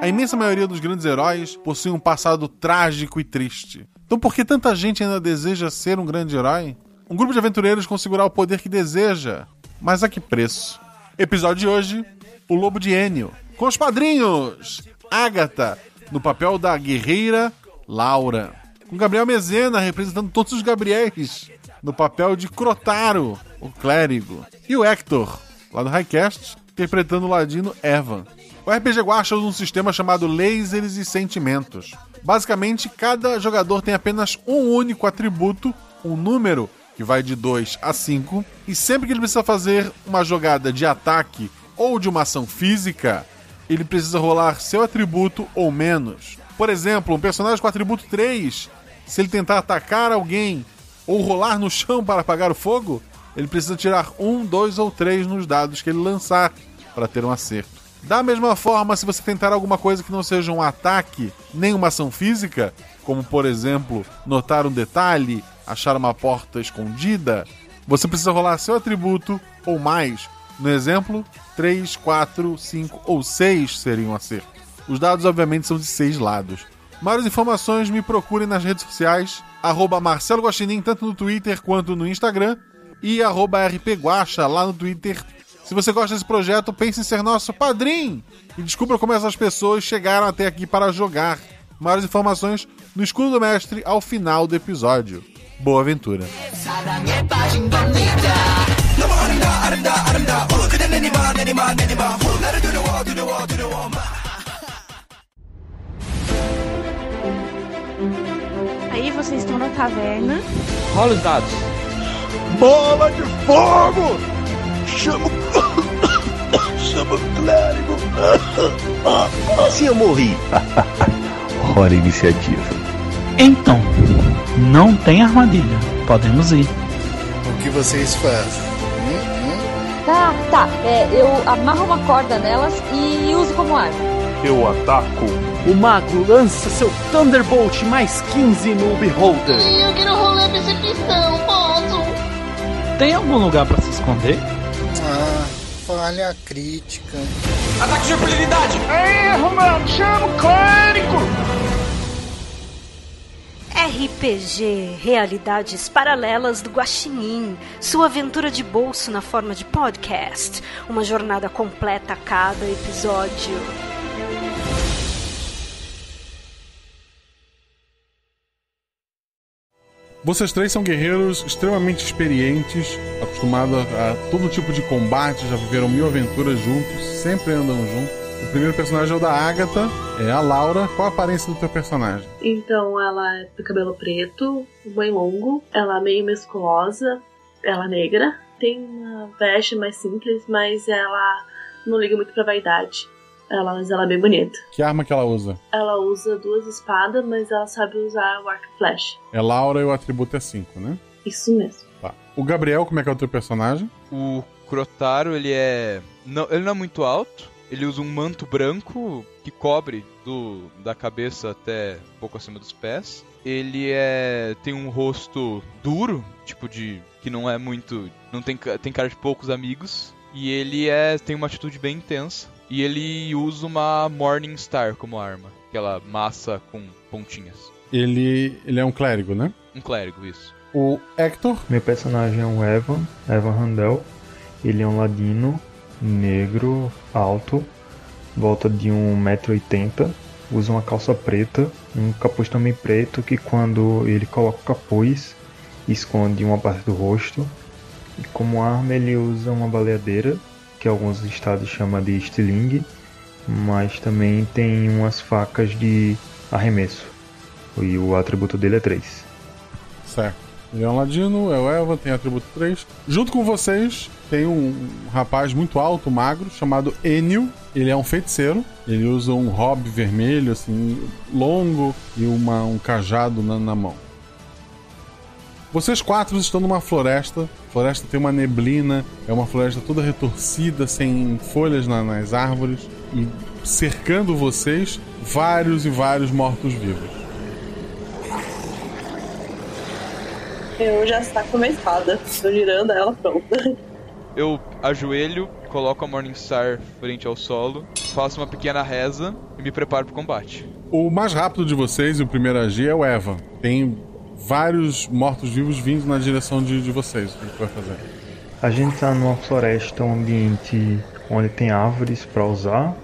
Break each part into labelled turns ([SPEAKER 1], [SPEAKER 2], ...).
[SPEAKER 1] A imensa maioria dos grandes heróis possui um passado trágico e triste. Então por que tanta gente ainda deseja ser um grande herói? Um grupo de aventureiros conseguirá o poder que deseja, mas a que preço? Episódio de hoje, o Lobo de Enio. Com os padrinhos, Agatha, no papel da guerreira Laura. Com Gabriel Mezena, representando todos os Gabriéis, no papel de Crotaro, o clérigo. E o Hector, lá do Highcast, interpretando o ladino Evan. O RPG Guacha usa um sistema chamado Lasers e Sentimentos. Basicamente, cada jogador tem apenas um único atributo, um número, que vai de 2 a 5, e sempre que ele precisa fazer uma jogada de ataque ou de uma ação física, ele precisa rolar seu atributo ou menos. Por exemplo, um personagem com atributo 3, se ele tentar atacar alguém ou rolar no chão para apagar o fogo, ele precisa tirar um, dois ou três nos dados que ele lançar para ter um acerto. Da mesma forma, se você tentar alguma coisa que não seja um ataque nem uma ação física, como por exemplo notar um detalhe, achar uma porta escondida, você precisa rolar seu atributo ou mais. No exemplo, 3, 4, 5 ou 6 seriam um acerto. Os dados, obviamente, são de seis lados. Mais informações me procurem nas redes sociais, arroba Marcelo Guaxinim, tanto no Twitter quanto no Instagram, e arroba rpguacha lá no Twitter. Se você gosta desse projeto, pense em ser nosso padrinho e descubra como essas pessoas chegaram até aqui para jogar. Mais informações no Escudo do Mestre ao final do episódio. Boa aventura!
[SPEAKER 2] Aí vocês estão na taverna.
[SPEAKER 3] Rola os dados.
[SPEAKER 4] Bola de fogo! Chama o... Chama o clérigo. Como assim eu morri?
[SPEAKER 5] Hora iniciativa.
[SPEAKER 6] Então, não tem armadilha. Podemos ir.
[SPEAKER 7] O que vocês fazem?
[SPEAKER 8] Tá, tá. É, eu amarro uma corda nelas e uso como arma.
[SPEAKER 9] Eu ataco.
[SPEAKER 3] O mago lança seu Thunderbolt mais 15 no Beholder.
[SPEAKER 10] Ih, Eu quero rolar percepção, posso?
[SPEAKER 6] Tem algum lugar pra se esconder?
[SPEAKER 7] Ah, falha crítica.
[SPEAKER 3] Ataque de impunidade!
[SPEAKER 4] Erro, mano! Chama o clérigo!
[SPEAKER 2] RPG Realidades Paralelas do Guaxinim. Sua aventura de bolso na forma de podcast. Uma jornada completa a cada episódio.
[SPEAKER 1] Vocês três são guerreiros extremamente experientes, acostumados a, a todo tipo de combate, já viveram mil aventuras juntos, sempre andam juntos. O primeiro personagem é o da Agatha, é a Laura. Qual a aparência do teu personagem?
[SPEAKER 11] Então ela é do cabelo preto, bem longo, ela é meio musculosa, ela é negra, tem uma veste mais simples, mas ela não liga muito pra vaidade. Ela, mas ela é bem bonita.
[SPEAKER 1] Que arma que ela usa?
[SPEAKER 11] Ela usa duas espadas, mas ela sabe usar o arco e flecha.
[SPEAKER 1] É Laura e o atributo é 5, né?
[SPEAKER 11] Isso mesmo.
[SPEAKER 1] Tá. O Gabriel, como é que é o teu personagem?
[SPEAKER 3] O Crotaro, ele é. Não, ele não é muito alto. Ele usa um manto branco que cobre do, da cabeça até um pouco acima dos pés. Ele é. tem um rosto duro, tipo de. que não é muito. não tem, ca- tem cara de poucos amigos. E ele é. tem uma atitude bem intensa. E ele usa uma Morning Star como arma. Aquela massa com pontinhas.
[SPEAKER 1] Ele, ele é um clérigo, né?
[SPEAKER 3] Um clérigo, isso.
[SPEAKER 1] O Hector,
[SPEAKER 9] Meu personagem é o Evan, Evan Randell. Ele é um ladino, negro, alto, volta de 1,80m, usa uma calça preta, um capuz também preto que quando ele coloca o capuz esconde uma parte do rosto. E como arma ele usa uma baleadeira, que alguns estados chama de estilingue, mas tá- também tem umas facas de arremesso. E o atributo dele é 3.
[SPEAKER 1] certo. Ele é um ladino, é o Elva, tem atributo 3. Junto com vocês, tem um rapaz muito alto, magro, chamado Enio. Ele é um feiticeiro. Ele usa um hobby vermelho, assim, longo e uma, um cajado na, na mão. Vocês quatro estão numa floresta. A floresta tem uma neblina, é uma floresta toda retorcida, sem folhas na- nas árvores. E cercando vocês, vários e vários mortos-vivos.
[SPEAKER 11] Eu já está com uma espada. Tô girando ela pronta.
[SPEAKER 3] Eu ajoelho, coloco a Morningstar frente ao solo, faço uma pequena reza e me preparo pro combate.
[SPEAKER 1] O mais rápido de vocês e o primeiro a agir é o Eva. Tem vários mortos-vivos vindo na direção de, de vocês. O que que vai fazer?
[SPEAKER 9] A gente tá numa floresta, um ambiente onde tem árvores pra usar,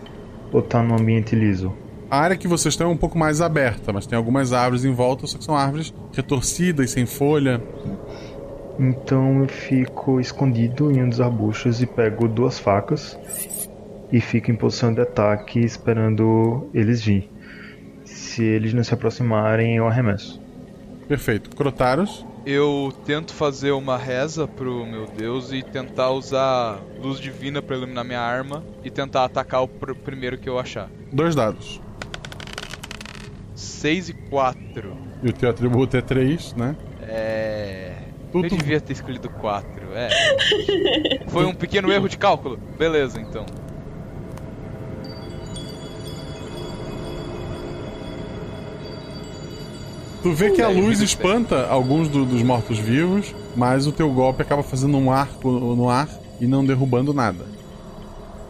[SPEAKER 9] ou tá num ambiente liso?
[SPEAKER 1] A área que vocês estão é um pouco mais aberta, mas tem algumas árvores em volta, só que são árvores retorcidas, sem folha.
[SPEAKER 9] Então eu fico escondido em um dos arbustos e pego duas facas e fico em posição de ataque esperando eles virem. Se eles não se aproximarem, eu arremesso.
[SPEAKER 1] Perfeito. Crotaros.
[SPEAKER 3] Eu tento fazer uma reza pro meu deus e tentar usar luz divina pra iluminar minha arma e tentar atacar o pr- primeiro que eu achar.
[SPEAKER 1] Dois dados.
[SPEAKER 3] 6 e 4.
[SPEAKER 1] E o teu atributo é três, né?
[SPEAKER 3] É. Eu devia ter escolhido 4, é. Foi um pequeno erro de cálculo. Beleza, então.
[SPEAKER 1] Tu vê que a luz espanta alguns do- dos mortos-vivos, mas o teu golpe acaba fazendo um arco no ar e não derrubando nada.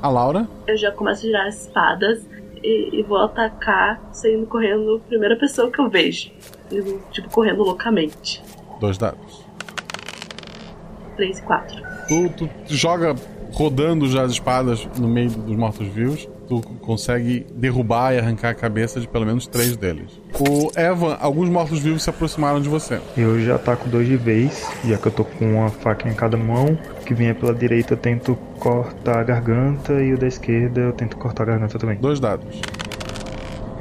[SPEAKER 1] A Laura?
[SPEAKER 11] Eu já começo a girar as espadas e, e vou atacar saindo correndo a primeira pessoa que eu vejo. E vou, tipo, correndo loucamente.
[SPEAKER 1] Dois dados.
[SPEAKER 11] 3 e 4.
[SPEAKER 1] Tu, tu joga rodando já as espadas no meio dos mortos-vivos. Tu c- consegue derrubar e arrancar a cabeça de pelo menos três deles. O Evan, alguns mortos-vivos se aproximaram de você.
[SPEAKER 9] Eu já ataco dois de vez, já que eu tô com uma faca em cada mão. Que vinha pela direita eu tento cortar a garganta e o da esquerda eu tento cortar a garganta também.
[SPEAKER 1] Dois dados.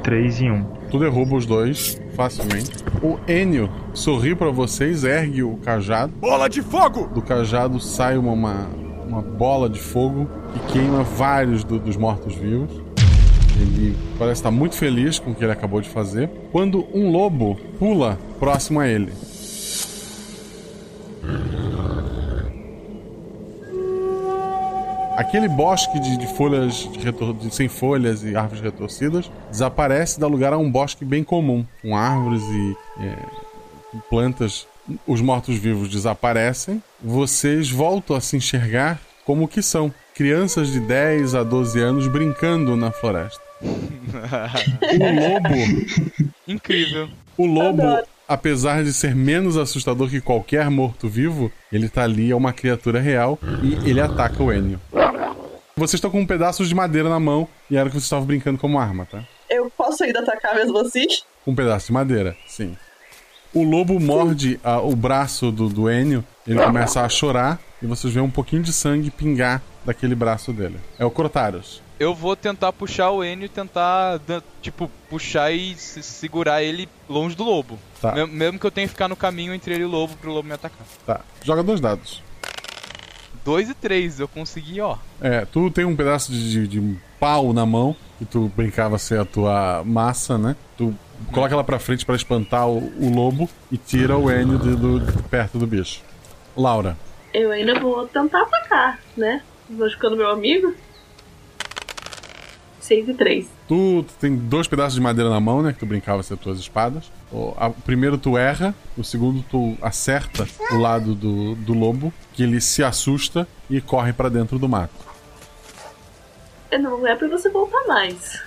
[SPEAKER 9] 3 e 1. Um.
[SPEAKER 1] Tu derruba os dois facilmente. O Enio sorri pra vocês, ergue o cajado. Bola de fogo! Do cajado sai uma, uma, uma bola de fogo e queima vários do- dos mortos-vivos. Ele parece estar muito feliz com o que ele acabou de fazer. Quando um lobo pula próximo a ele. Aquele bosque de, de folhas retor- de- sem folhas e árvores retorcidas desaparece e dá lugar a um bosque bem comum, com árvores e é, com plantas. Os mortos-vivos desaparecem. Vocês voltam a se enxergar como o que são: crianças de 10 a 12 anos brincando na floresta. O lobo.
[SPEAKER 3] Incrível.
[SPEAKER 1] O lobo, apesar de ser menos assustador que qualquer morto-vivo, ele tá ali, é uma criatura real e ele ataca o Enio. Vocês estão com um pedaço de madeira na mão e era o que vocês estavam brincando como arma, tá?
[SPEAKER 12] Eu posso ainda atacar mesmo assim?
[SPEAKER 1] Um pedaço de madeira, sim. O lobo morde ah, o braço do, do Enio, ele começa a chorar e vocês veem um pouquinho de sangue pingar daquele braço dele. É o Crotaros.
[SPEAKER 3] Eu vou tentar puxar o Enio e tentar, dan- tipo, puxar e se- segurar ele longe do lobo.
[SPEAKER 1] Tá.
[SPEAKER 3] Me- mesmo que eu tenha que ficar no caminho entre ele e o lobo pro lobo me atacar.
[SPEAKER 1] Tá, joga dois dados.
[SPEAKER 3] 2 e 3, eu consegui, ó.
[SPEAKER 1] É, tu tem um pedaço de, de- de pau na mão, que tu brincava ser a tua massa, né? Tu coloca ela pra frente pra espantar o, o lobo e tira o Enio de, do- de perto do bicho. Laura,
[SPEAKER 11] Eu ainda vou tentar atacar, né? Vou ficando meu amigo. 6 e 3.
[SPEAKER 1] tu, tu tem dois pedaços de madeira na mão, né? Que tu brincava ser as tuas espadas. O a- o primeiro tu erra, o segundo tu acerta o lado do, do lobo, que ele se assusta e corre pra dentro do mato.
[SPEAKER 11] Eu Não é pra você voltar mais.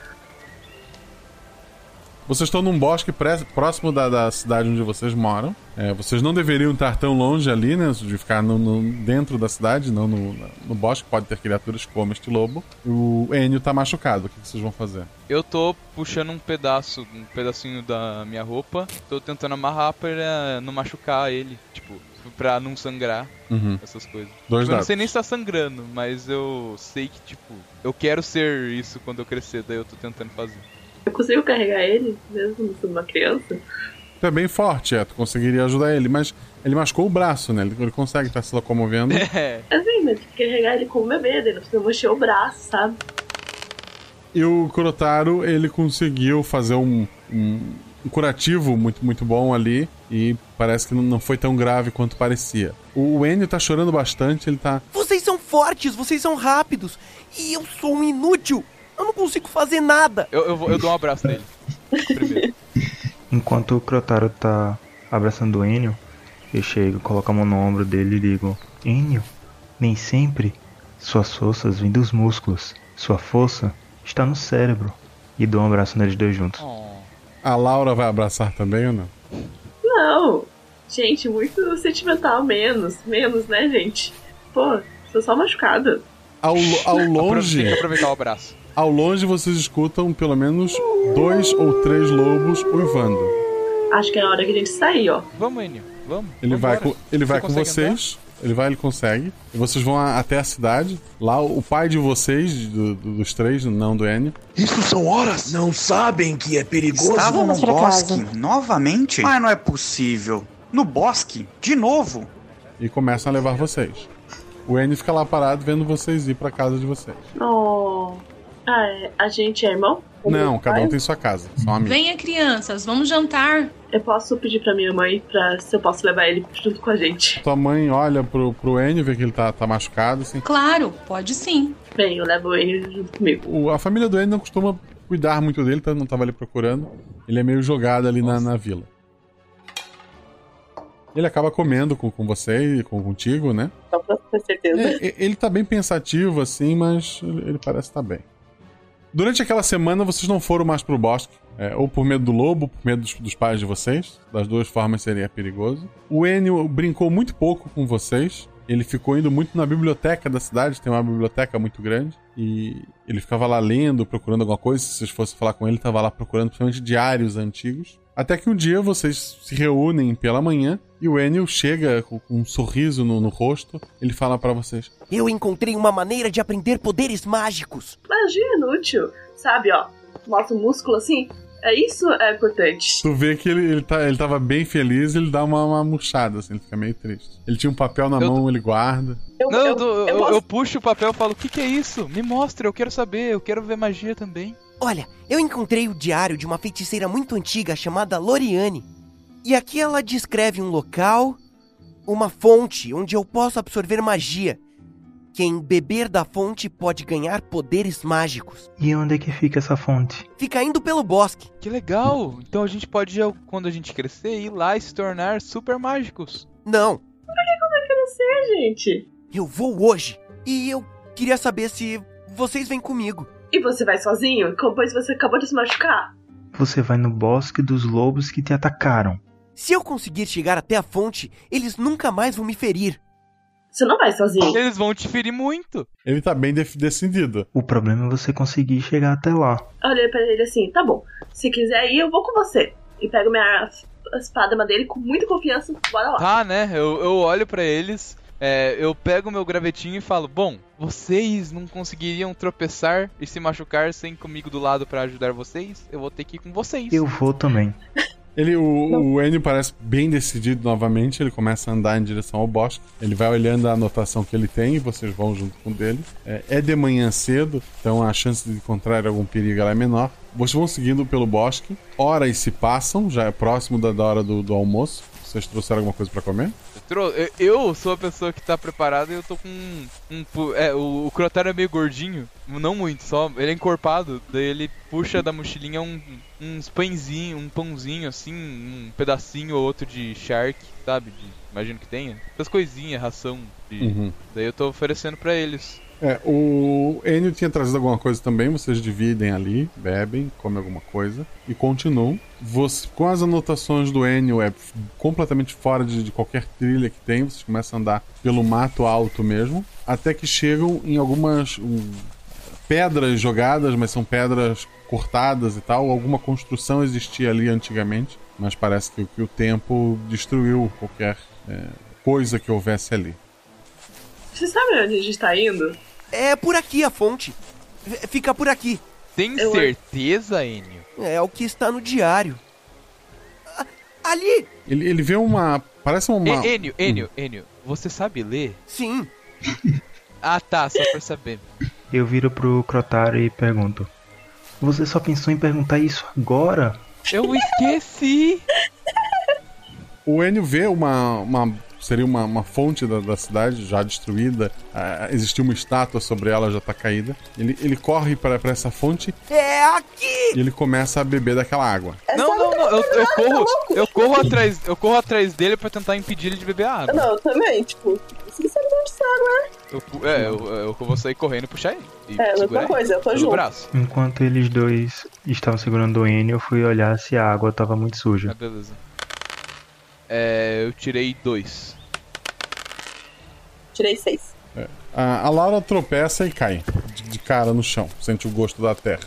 [SPEAKER 1] Vocês estão num bosque pré- próximo da, da cidade onde vocês moram. É, vocês não deveriam estar tão longe ali, né? De ficar no- no- dentro da cidade, não no, na- no bosque. Pode ter criaturas como este lobo. O Enio tá machucado. O que que vocês vão fazer?
[SPEAKER 3] Eu tô puxando um pedaço, um pedacinho da minha roupa. Tô tentando amarrar pra eh, não machucar ele, tipo, pra não sangrar.
[SPEAKER 1] Uhum.
[SPEAKER 3] Essas coisas.
[SPEAKER 1] Dois
[SPEAKER 3] Tipo, eu não
[SPEAKER 1] dados.
[SPEAKER 3] sei nem se tá sangrando, mas eu sei que, tipo, eu quero ser isso quando eu crescer, daí eu tô tentando fazer.
[SPEAKER 11] Eu consigo carregar ele, mesmo sendo uma criança?
[SPEAKER 1] Tu é bem forte, é. Tu conseguiria ajudar ele, mas ele machucou o braço, né? Ele, ele consegue estar se locomovendo.
[SPEAKER 11] Assim, mas tem que carregar ele como bebê, daí não precisa mexer o braço, sabe?
[SPEAKER 1] E o Kurotaro, ele conseguiu fazer um, um- um curativo muito, muito bom ali. E parece que não- não foi tão grave quanto parecia. O o Enio tá chorando bastante, ele tá
[SPEAKER 13] Vocês são fortes, vocês são rápidos. E eu sou um inútil. Eu não consigo fazer nada.
[SPEAKER 3] Eu, eu, vou- eu dou um abraço nele.
[SPEAKER 9] Enquanto o Crotaro tá abraçando o Enio, eu chego, coloco a mão no ombro dele e digo: Enio, nem sempre Suas forças vêm dos músculos. Sua força está no cérebro. E dou um abraço neles dois juntos.
[SPEAKER 3] Oh.
[SPEAKER 1] A Laura vai abraçar também ou não?
[SPEAKER 11] Não! Gente, muito sentimental, menos, menos, né, gente? Pô, sou só machucada.
[SPEAKER 1] Ao, lo- ao longe.
[SPEAKER 3] Tem que aproveitar o abraço.
[SPEAKER 1] Ao longe vocês escutam pelo menos dois ou três lobos uivando.
[SPEAKER 11] Acho que é a hora que a gente sair, ó.
[SPEAKER 3] Vamos, Enio, vamos.
[SPEAKER 1] Ele vai
[SPEAKER 3] Vambora.
[SPEAKER 1] com, ele vai
[SPEAKER 3] Você
[SPEAKER 1] com
[SPEAKER 3] consegue
[SPEAKER 1] vocês. Ele vai, ele consegue. E vocês vão a- até a cidade. Lá o pai de vocês, do- do- dos três, não do N.
[SPEAKER 14] Isso são horas? Não sabem que é perigoso.
[SPEAKER 2] né?
[SPEAKER 15] Estávamos no bosque novamente?
[SPEAKER 1] Mas
[SPEAKER 15] Mas não é possível. No bosque? De novo?
[SPEAKER 1] E começam a levar vocês. O N fica lá parado vendo vocês ir pra casa de vocês.
[SPEAKER 11] Oh. Ah, é, a gente é irmão?
[SPEAKER 1] Não, cada um
[SPEAKER 11] Ai.
[SPEAKER 1] tem sua casa. São amigos.
[SPEAKER 11] Venha, crianças, vamos jantar. Eu posso pedir pra minha mãe pra, se eu posso levar ele junto com a gente.
[SPEAKER 1] Tua mãe olha pro, pro N, vê que ele tá, tá machucado, assim.
[SPEAKER 11] Claro, pode sim. Bem, eu levo ele junto comigo.
[SPEAKER 1] O- a família do N não costuma cuidar muito dele, tá? não tava ali procurando. Ele é meio jogado ali na, na vila. Ele acaba comendo com, com você e com, contigo, né?
[SPEAKER 12] Só pra ter certeza.
[SPEAKER 1] E- Ele tá bem pensativo, assim, mas ele, ele parece estar bem. Durante aquela semana, vocês não foram mais pro bosque. é, ou por medo do lobo, por medo dos, dos pais de vocês. Das duas formas seria perigoso. O Enio brincou muito pouco com vocês. Ele ficou indo muito na biblioteca da cidade, tem uma biblioteca muito grande. E ele ficava lá lendo, procurando alguma coisa. Se vocês fossem falar com ele, tava lá procurando principalmente diários antigos. Até que um dia vocês se reúnem pela manhã e o Enio chega com com um sorriso no, no rosto. Ele fala pra vocês:
[SPEAKER 13] Eu encontrei uma maneira de aprender poderes mágicos.
[SPEAKER 11] Magia inútil, sabe, ó. Mostra o músculo assim. É isso é importante.
[SPEAKER 1] Tu vê que ele, ele, tá, ele tava bem feliz e ele dá uma, uma murchada, assim, ele fica meio triste. Ele tinha um papel na mão, ele guarda.
[SPEAKER 3] não, eu, dou- eu- eu puxo o papel e falo: o que, que é isso? Me mostra, eu quero saber, eu quero ver magia também.
[SPEAKER 13] Olha, eu encontrei o diário de uma feiticeira muito antiga chamada Loriane. E aqui ela descreve um local, uma fonte onde eu posso absorver magia. Quem beber da fonte pode ganhar poderes mágicos.
[SPEAKER 9] E onde é que fica essa fonte?
[SPEAKER 13] Fica indo pelo bosque.
[SPEAKER 3] Que legal! Então a gente pode, já, quando a gente crescer, ir lá e se tornar super mágicos.
[SPEAKER 13] Não.
[SPEAKER 11] Por que quando eu crescer, gente?
[SPEAKER 13] Eu vou hoje. E eu queria saber se vocês vêm comigo.
[SPEAKER 11] E você vai sozinho? Depois você acabou de se machucar?
[SPEAKER 9] Você vai no bosque dos lobos que te atacaram.
[SPEAKER 13] Se eu conseguir chegar até a fonte, eles nunca mais vão me ferir.
[SPEAKER 11] Você não vai sozinho.
[SPEAKER 3] Eles vão te ferir muito.
[SPEAKER 1] Ele tá bem def- decidido.
[SPEAKER 9] O problema é você conseguir chegar até lá.
[SPEAKER 11] Eu Olhei pra ele assim, tá bom. Se quiser ir, eu vou com você. E pego minha espada madeira com muita confiança. Bora lá.
[SPEAKER 3] Tá, né? Eu, eu olho pra eles, é, eu pego meu gravetinho e falo: Bom, vocês não conseguiriam tropeçar e se machucar sem ir comigo do lado pra ajudar vocês? Eu vou ter que ir com vocês.
[SPEAKER 9] Eu vou também.
[SPEAKER 1] Ele, o, o Enio parece bem decidido novamente, ele começa a andar em direção ao bosque. Ele vai olhando a anotação que ele tem e vocês vão junto com ele. É, é de manhã cedo, então a chance de encontrar algum perigo ela é menor. Vocês vão seguindo pelo bosque, horas se passam, já é próximo da, da hora do, do almoço. Vocês trouxeram alguma coisa pra comer?
[SPEAKER 3] Tro- eu- Eu sou a pessoa que tá preparada e eu tô com um. um pu- é, o, o Crotário é meio gordinho, não muito, só. Ele é encorpado, daí ele puxa da mochilinha um, uns pãezinho, um pãozinho assim, um pedacinho ou outro de shark, sabe? De- imagino que tenha. Essas coisinhas, ração. de-
[SPEAKER 1] Uhum.
[SPEAKER 3] Daí eu tô oferecendo pra eles.
[SPEAKER 1] É, o Enio tinha trazido alguma coisa também, vocês dividem ali, bebem, comem alguma coisa e continuam. Você, com as anotações do Enio, é f- completamente fora de, de qualquer trilha que tem, vocês começam a andar pelo mato alto mesmo, até que chegam em algumas hum, pedras jogadas, mas são pedras cortadas e tal. Alguma construção existia ali antigamente, mas parece que, que o tempo destruiu qualquer é, coisa que houvesse ali.
[SPEAKER 11] Você sabe onde a gente tá indo?
[SPEAKER 13] É por aqui a fonte. V- Fica por aqui.
[SPEAKER 3] Tem
[SPEAKER 13] Eu-
[SPEAKER 3] certeza, Enio?
[SPEAKER 13] É o que está no diário. A- ali!
[SPEAKER 1] Ele, ele vê uma. Parece uma.
[SPEAKER 3] E- Enio, Enio, Enio, você sabe ler?
[SPEAKER 13] Sim.
[SPEAKER 3] Ah tá, só pra saber.
[SPEAKER 9] Eu viro pro Crotário e pergunto: Você só pensou em perguntar isso agora?
[SPEAKER 3] Eu esqueci!
[SPEAKER 1] O Enio vê uma, uma seria uma, uma fonte da, da cidade já destruída, ah, existia uma estátua sobre ela já tá caída. Ele, ele corre para essa fonte
[SPEAKER 16] É aqui!
[SPEAKER 1] e ele começa a beber daquela água.
[SPEAKER 11] É
[SPEAKER 3] Não, não, não, eu, eu corro,
[SPEAKER 11] tá
[SPEAKER 3] eu corro atrás, eu corro atrás dele pra tentar impedir ele de beber a água.
[SPEAKER 11] Não, eu também, tipo, você sabe de onde essa água
[SPEAKER 3] Eu, pu- é, eu, eu vou sair correndo e puxar ele. E
[SPEAKER 11] É, a
[SPEAKER 3] segurar
[SPEAKER 11] mesma
[SPEAKER 3] ele
[SPEAKER 11] coisa, eu tô
[SPEAKER 3] pelo
[SPEAKER 11] junto.
[SPEAKER 3] braço.
[SPEAKER 17] Enquanto eles dois estavam segurando o N, eu fui olhar se a água tava muito
[SPEAKER 3] Ah,
[SPEAKER 17] suja.
[SPEAKER 3] beleza. É, eu tirei dois.
[SPEAKER 11] Tirei seis.
[SPEAKER 1] É. A, a Laura tropeça e cai de, de cara no chão, sente o gosto da terra.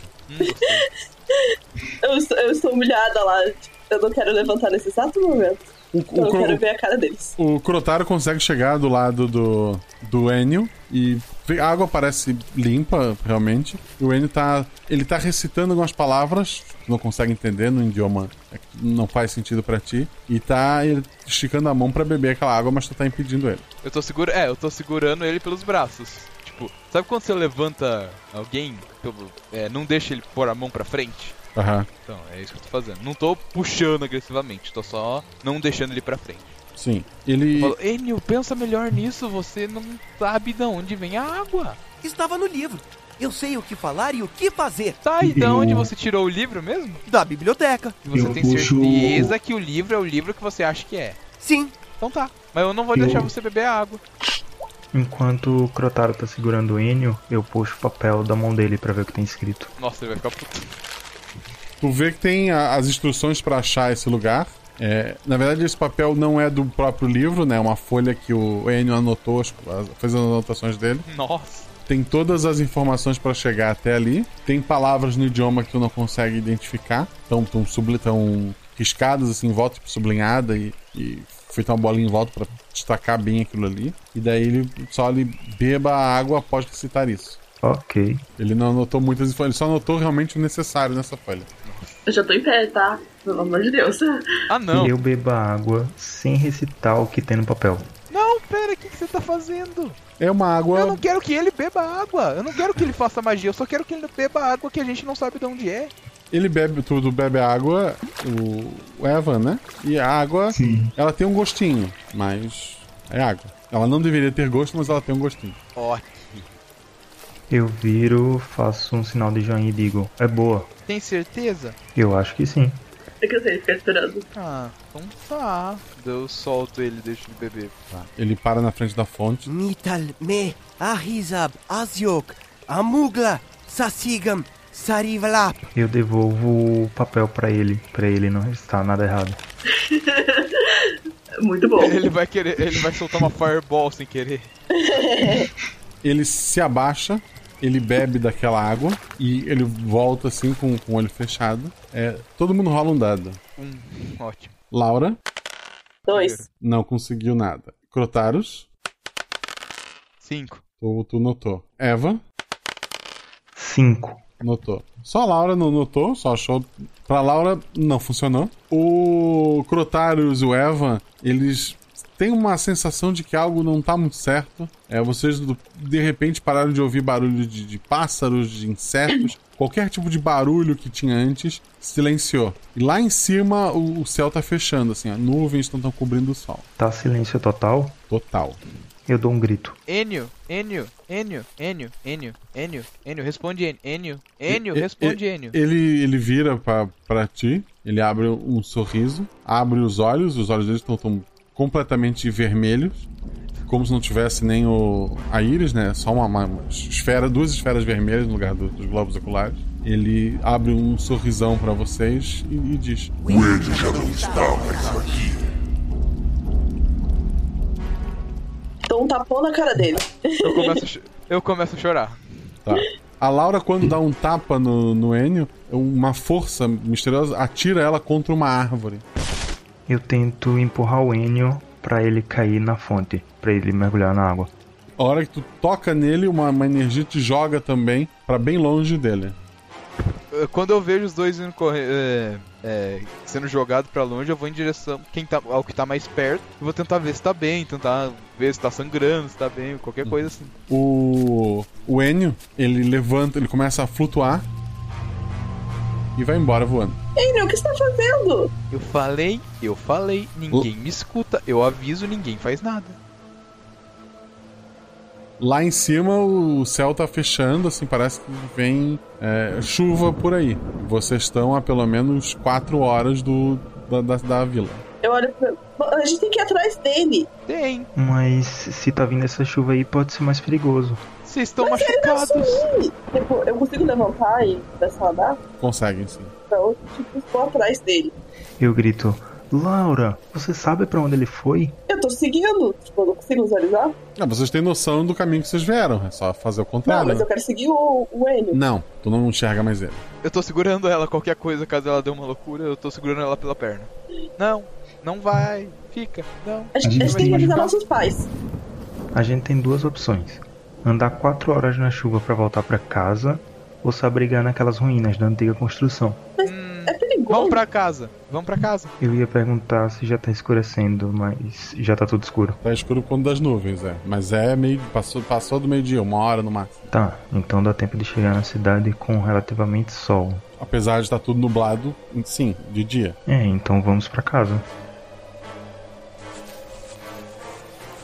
[SPEAKER 11] Eu, estou- eu estou humilhada lá. tipo, Eu não quero levantar nesse exato momento. Então
[SPEAKER 1] o
[SPEAKER 11] eu
[SPEAKER 1] Cro-
[SPEAKER 11] quero ver a cara deles.
[SPEAKER 1] O Crotaro consegue chegar do lado do, do Enio e vê- a água parece limpa, realmente. E o Enio tá. Ele tá recitando algumas palavras, tu não consegue entender no idioma, é que não faz sentido pra ti. E tá ele esticando a mão pra beber aquela água, mas tu tá impedindo ele.
[SPEAKER 3] Eu tô segura, é, eu tô segurando ele pelos braços. Tipo, sabe quando você levanta alguém, pelo- é, não deixa ele pôr a mão pra frente?
[SPEAKER 1] Aham.
[SPEAKER 3] Então, é isso que eu tô fazendo. Não tô puxando agressivamente, tô só não deixando ele pra frente.
[SPEAKER 1] Sim. Ele.
[SPEAKER 3] Falou, Enio, pensa melhor nisso, você não sabe de onde vem a água.
[SPEAKER 16] Estava no livro. Eu sei o que falar e o que fazer.
[SPEAKER 3] Tá, e de
[SPEAKER 16] Eu-
[SPEAKER 3] onde você tirou o livro mesmo?
[SPEAKER 16] Da biblioteca.
[SPEAKER 3] E você
[SPEAKER 16] Eu
[SPEAKER 3] tem
[SPEAKER 16] puxo-
[SPEAKER 3] certeza que o livro é o livro que você acha que é.
[SPEAKER 16] Sim.
[SPEAKER 3] Então tá. Mas eu não vou
[SPEAKER 17] Eu-
[SPEAKER 3] deixar você beber a água.
[SPEAKER 17] Enquanto o Crotaro tá segurando o Enio, eu puxo o papel da mão dele pra ver o que tem escrito.
[SPEAKER 3] Nossa, ele vai ficar puto.
[SPEAKER 1] Tu vê que tem a- as instruções pra achar esse lugar. É, na verdade, esse papel não é do próprio livro, né? É uma folha que o Enio anotou, as- as- fez as anotações dele.
[SPEAKER 3] Nossa.
[SPEAKER 1] Tem todas as informações para chegar até ali. Tem palavras no idioma que tu não consegue identificar. Estão tão subli- tão riscadas assim em volta, tipo, sublinhada e, e feita uma bolinha em volta para destacar bem aquilo ali. E daí ele só ele beba a água após recitar isso.
[SPEAKER 17] Ok.
[SPEAKER 1] Ele não anotou muitas informações, ele só anotou realmente o necessário nessa folha.
[SPEAKER 2] Eu já tô em pé, tá? Pelo amor de Deus.
[SPEAKER 3] Ah,
[SPEAKER 17] E eu bebo a água sem recitar o que tem no papel.
[SPEAKER 3] Não, pera, o que, que você tá fazendo?
[SPEAKER 1] É uma água.
[SPEAKER 3] Eu não quero que ele beba água. Eu não quero que ele faça magia. Eu só quero que ele beba água que a gente não sabe de onde é.
[SPEAKER 1] Ele bebe tudo, bebe água, o, o Evan, né? E a água, ela tem um gostinho, mas é água. Ela não deveria ter gosto, mas ela tem um gostinho.
[SPEAKER 3] Ótimo.
[SPEAKER 17] Eu viro, faço um sinal de joinha e digo: É boa.
[SPEAKER 3] Tem certeza?
[SPEAKER 17] Eu acho que sim.
[SPEAKER 2] É que eu sei, ficar esperando.
[SPEAKER 3] Ah, então tá. Eu solto ele, deixo ele beber. Tá.
[SPEAKER 1] Ele para na frente da fonte.
[SPEAKER 16] Mital me ahizab asyok amugla sasigam sarivalap.
[SPEAKER 17] Eu devolvo o papel pra ele, pra ele não recitar nada errado.
[SPEAKER 2] Muito bom.
[SPEAKER 3] Ele vai querer, ele vai soltar uma fireball sem querer.
[SPEAKER 1] Ele se abaixa, ele bebe daquela água e ele volta assim com, com o olho fechado. É, todo mundo rola um dado.
[SPEAKER 3] Um, ótimo.
[SPEAKER 1] Laura
[SPEAKER 3] é
[SPEAKER 2] Dois.
[SPEAKER 1] não conseguiu nada. Crotaros,
[SPEAKER 3] Cinco.
[SPEAKER 1] tu, tu notou. Eva,
[SPEAKER 17] Cinco.
[SPEAKER 1] Notou. Só a Laura não notou, só achou. Pra Laura, não funcionou. O Crotarius e o Evan, eles têm uma sensação de que algo não tá muito certo. É, vocês do- de repente pararam de ouvir barulho de, de pássaros, de insetos, qualquer tipo de barulho que tinha antes, silenciou. E lá em cima o, o céu tá fechando, assim, as nuvens não estão cobrindo o sol.
[SPEAKER 17] Tá silêncio total?
[SPEAKER 1] Total.
[SPEAKER 17] Eu dou um grito.
[SPEAKER 3] Enio, Enio, Enio, Enio, Enio, Enio, Enio, responde Enio, Enio, Enio,
[SPEAKER 1] E-
[SPEAKER 3] responde
[SPEAKER 1] e-
[SPEAKER 3] Enio.
[SPEAKER 1] Ele, ele vira pra, pra ti, ele abre um sorriso, abre os olhos, os olhos dele estão tão completamente vermelhos, como se não tivesse nem o, a íris, né? Só uma, uma- uma esfera, duas esferas vermelhas no lugar do- dos globos oculares. Ele abre um sorrisão pra vocês e, e diz:
[SPEAKER 18] O Ed já não está mais aqui.
[SPEAKER 12] Então,
[SPEAKER 11] Dou um tapão na cara dele.
[SPEAKER 3] Eu começo, a cho- eu começo a chorar.
[SPEAKER 1] Tá. A Laura, quando dá um tapa no, no Enio, uma força misteriosa atira ela contra uma árvore.
[SPEAKER 17] Eu tento empurrar o Enio pra ele cair na fonte, pra ele mergulhar na água.
[SPEAKER 1] A hora que tu toca nele, uma, uma energia te joga também pra bem longe dele.
[SPEAKER 3] Eh, Quando eu vejo os dois indo corre- eh, eh, sendo jogado pra longe, eu vou em direção quem tá, ao que tá mais perto e vou tentar ver se tá bem, tentar ver se tá sangrando, se tá bem, qualquer coisa assim.
[SPEAKER 1] O, o Enio, ele levanta, ele começa a flutuar. e vai embora voando.
[SPEAKER 12] Enio, o que você tá fazendo?
[SPEAKER 3] Eu falei, eu falei, ninguém me escuta, eu aviso, ninguém faz nada.
[SPEAKER 1] Lá em cima o céu tá fechando, assim, parece que vem é, chuva por aí. Vocês estão a pelo menos 4 horas do, da, da, da vila.
[SPEAKER 12] Eu olho pra... A gente tem que ir atrás dele.
[SPEAKER 3] Tem.
[SPEAKER 17] Mas se tá vindo essa chuva aí, pode ser mais perigoso.
[SPEAKER 3] Vocês estão
[SPEAKER 12] Mas ele tá
[SPEAKER 3] machucados.
[SPEAKER 12] sumindo. Tipo, eu consigo levantar e começar a andar?
[SPEAKER 1] Conseguem sim.
[SPEAKER 12] Então, tipo, estou atrás dele.
[SPEAKER 17] Eu grito: Laura, você sabe pra onde ele foi?
[SPEAKER 12] Eu tô seguindo. Tipo, eu não consigo visualizar.
[SPEAKER 1] Ah, vocês têm noção do caminho que vocês vieram, é só fazer o
[SPEAKER 12] Não,
[SPEAKER 1] contrário.
[SPEAKER 12] mas
[SPEAKER 1] né?
[SPEAKER 12] eu quero seguir o, o Enio.
[SPEAKER 1] Não, tu não enxerga mais ele.
[SPEAKER 3] Eu tô segurando ela, qualquer coisa, caso ela dê uma loucura, eu tô segurando ela pela perna. Não, não vai, fica, não.
[SPEAKER 12] A gente, a gente tem que avisar nossos pais.
[SPEAKER 17] A gente tem duas opções: andar quatro horas na chuva pra voltar pra casa ou se abrigar naquelas ruínas da antiga construção.
[SPEAKER 12] É perigoso.
[SPEAKER 3] Vamos pra casa, vamos pra casa.
[SPEAKER 17] Eu ia perguntar se já tá escurecendo, mas já tá tudo escuro.
[SPEAKER 1] Tá escuro quando das nuvens, é. Mas é meio. Passou, passou do meio-dia, uma hora no máximo.
[SPEAKER 17] Tá, então dá tempo de chegar na cidade com relativamente sol.
[SPEAKER 1] Apesar de estar tudo nublado, sim, de dia.
[SPEAKER 17] É, então vamos pra casa.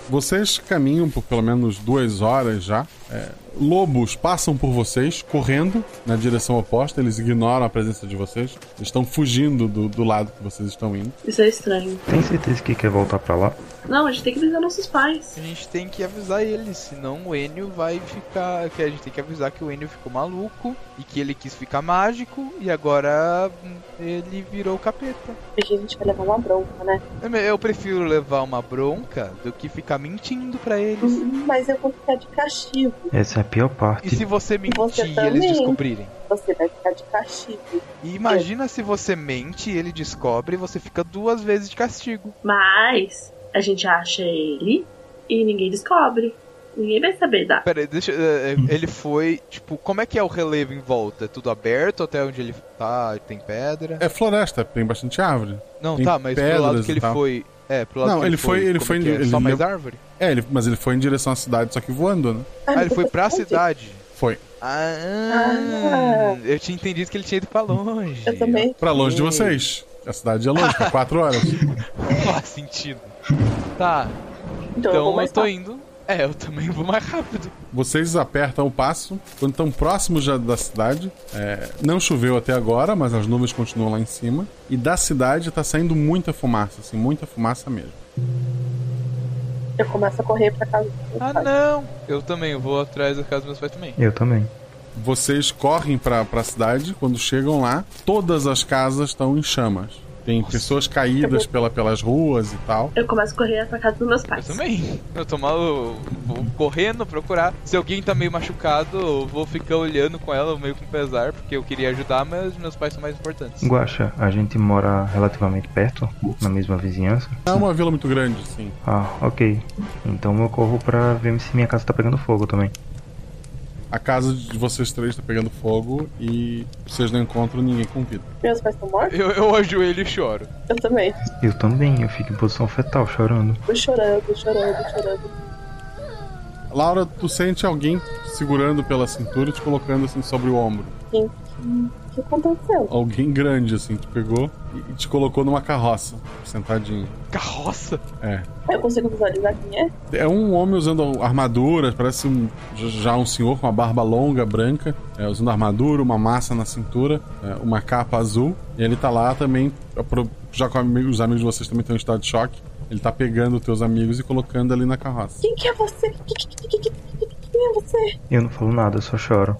[SPEAKER 1] Vocês caminham por pelo menos duas horas já. É, lobos passam por vocês, correndo na direção oposta. Eles ignoram a presença de vocês. Eles estão fugindo do, do lado que vocês estão indo.
[SPEAKER 11] Isso é estranho.
[SPEAKER 17] Tem certeza que quer voltar pra lá?
[SPEAKER 11] Não, a gente tem que avisar nossos pais.
[SPEAKER 3] A gente tem que avisar ele, senão o Enio vai ficar. Que a gente tem que avisar que o Enio ficou maluco e que ele quis ficar mágico e agora hum, ele virou capeta.
[SPEAKER 12] Porque a gente vai levar uma bronca, né?
[SPEAKER 3] Eu me- Eu prefiro levar uma bronca do que ficar mentindo pra eles.
[SPEAKER 11] Uhum.
[SPEAKER 12] Mas eu vou ficar de castigo.
[SPEAKER 17] Essa é a pior
[SPEAKER 3] E
[SPEAKER 17] parte.
[SPEAKER 3] se você mentir
[SPEAKER 12] Você
[SPEAKER 3] e
[SPEAKER 12] também.
[SPEAKER 3] eles descobrirem?
[SPEAKER 12] Você vai ficar de castigo.
[SPEAKER 3] E imagina se você mente e ele descobre e você fica duas vezes de castigo.
[SPEAKER 11] Mas a gente acha ele e ninguém descobre. Ninguém vai saber da.
[SPEAKER 3] Pera aí, deixa. eh, eh, Ele foi. Tipo, como é que é o relevo em volta? É tudo aberto até onde ele tá? Tem pedra?
[SPEAKER 1] É floresta, tem bastante árvore.
[SPEAKER 3] Não,
[SPEAKER 1] tem
[SPEAKER 3] tá, mas pro lado
[SPEAKER 1] pedras
[SPEAKER 3] que
[SPEAKER 1] e
[SPEAKER 3] ele
[SPEAKER 1] tal.
[SPEAKER 3] foi. É, pro lado
[SPEAKER 1] Não,
[SPEAKER 3] que
[SPEAKER 1] ele foi. Ele
[SPEAKER 3] como
[SPEAKER 1] foi
[SPEAKER 3] que é?
[SPEAKER 1] ele
[SPEAKER 3] Só mais
[SPEAKER 1] lem-
[SPEAKER 3] árvore?
[SPEAKER 1] É, ele- mas ele foi em direção à cidade, só que voando, né?
[SPEAKER 3] Ah, ele foi pra cidade.
[SPEAKER 1] Foi.
[SPEAKER 3] Ah, eu tinha entendido que ele tinha ido pra longe.
[SPEAKER 12] Eu também.
[SPEAKER 1] Pra longe de vocês. A cidade é longe, tá quatro horas.
[SPEAKER 3] Faz sentido. Tá.
[SPEAKER 12] Então
[SPEAKER 3] Então,
[SPEAKER 12] eu vou
[SPEAKER 3] eu,
[SPEAKER 12] mais
[SPEAKER 3] tô
[SPEAKER 12] rápido.
[SPEAKER 3] indo. É, eu também vou mais rápido.
[SPEAKER 1] Vocês apertam o passo quando estão próximos já da cidade. é, não choveu até agora, mas as nuvens continuam lá em cima. E da cidade tá saindo muita fumaça, assim, muita fumaça mesmo.
[SPEAKER 12] Eu começo a correr pra casa.
[SPEAKER 3] Ah, não. Eu também vou atrás da casa dos meus pais também.
[SPEAKER 17] Eu também.
[SPEAKER 1] Vocês correm pra pra cidade. Quando chegam lá, todas as casas estão em chamas. Tem pessoas caídas pela, pelas ruas e tal.
[SPEAKER 11] Eu começo a correr pra casa dos meus pais.
[SPEAKER 3] Eu também. Eu tô mal. eu Vou correndo procurar. Se alguém tá meio machucado, eu vou ficar olhando com ela, meio com pesar, porque eu queria ajudar, mas meus pais são mais importantes.
[SPEAKER 17] Guaxa, a gente mora relativamente perto, na mesma vizinhança.
[SPEAKER 1] É uma vila muito grande, assim. sim.
[SPEAKER 17] Ah, ok. Então eu corro pra ver se minha casa tá pegando fogo também.
[SPEAKER 1] A casa de vocês três tá pegando fogo e vocês não encontram ninguém com vida.
[SPEAKER 12] Meus pais estão mortos?
[SPEAKER 3] Eu, eu ajoelho e choro.
[SPEAKER 12] Eu também.
[SPEAKER 17] Eu também, eu fico em posição fetal chorando.
[SPEAKER 12] Tô chorando, chorando, chorando.
[SPEAKER 1] Laura, tu sente alguém segurando pela cintura e te colocando assim sobre o ombro.
[SPEAKER 12] Gente, o que aconteceu?
[SPEAKER 1] Alguém grande, assim, te pegou e te colocou numa carroça, sentadinho.
[SPEAKER 3] Carroça?
[SPEAKER 1] É.
[SPEAKER 12] Eu consigo visualizar quem é?
[SPEAKER 1] É um homem usando armadura, parece um- já um senhor com uma barba longa, branca, é, usando armadura, uma massa na cintura, é, uma capa azul. E ele tá lá também, apro- já com amigos- os amigos de vocês também estão em estado de choque. Ele tá pegando os teus amigos e colocando ali na carroça.
[SPEAKER 12] Quem que é você? Que- que- que- que- que- que- que- Quem é você?
[SPEAKER 17] Eu não falo nada, eu só choro.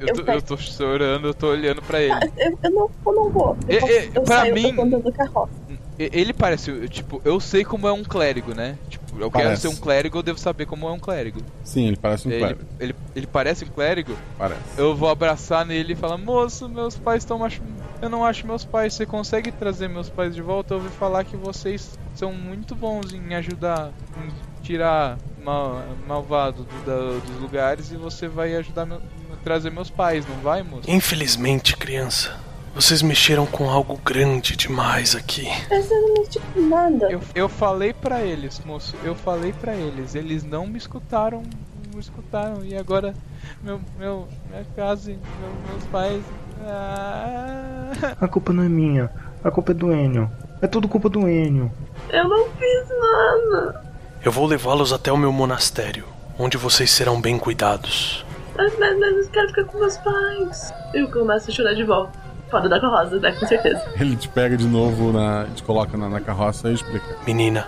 [SPEAKER 3] Eu tô, eu tô chorando, eu tô olhando pra ele.
[SPEAKER 12] Ah, Eu, eu não, eu não vou. Eu,
[SPEAKER 3] E-
[SPEAKER 12] vou-
[SPEAKER 3] e-
[SPEAKER 12] eu
[SPEAKER 3] pra
[SPEAKER 12] saio
[SPEAKER 3] mim-
[SPEAKER 12] da conta do carroça.
[SPEAKER 3] E- Ele parece, tipo, eu sei como é um clérigo, né? Tipo, eu quero
[SPEAKER 1] Parece.
[SPEAKER 3] ser um clérigo, eu devo saber como é um clérigo.
[SPEAKER 1] Sim, ele parece um
[SPEAKER 3] ele,
[SPEAKER 1] clérigo.
[SPEAKER 3] Ele, ele parece um clérigo?
[SPEAKER 1] Parece.
[SPEAKER 3] Eu vou abraçar nele e falar: Moço, meus pais estão machu... Eu não acho meus pais. Você consegue trazer meus pais de volta? Eu ouvi falar que vocês são muito bons em ajudar, em tirar mal... malvado do- da- dos lugares e você vai ajudar meu- trazer meus pais, não vai, moço?
[SPEAKER 16] Infelizmente, criança, vocês mexeram com algo grande demais aqui.
[SPEAKER 12] Mas eu não mexi com nada.
[SPEAKER 3] Eu, eu falei pra eles, moço. Eu falei pra eles. Eles não me escutaram. Não me escutaram. E agora, meu, meu, minha casa, e meu- meus pais ah.
[SPEAKER 17] A culpa não é minha. A culpa é do Enio. É tudo culpa do Enio.
[SPEAKER 11] Eu não fiz nada.
[SPEAKER 16] Eu vou levá-los até o meu monastério, onde vocês serão bem cuidados.
[SPEAKER 11] Mas, mas, mas eu quero ficar com meus pais. Eu começo a chorar de volta. Fora da carroça, né? Com certeza.
[SPEAKER 1] Ele te pega de novo, na, te coloca na, na carroça e explica.
[SPEAKER 16] Menina,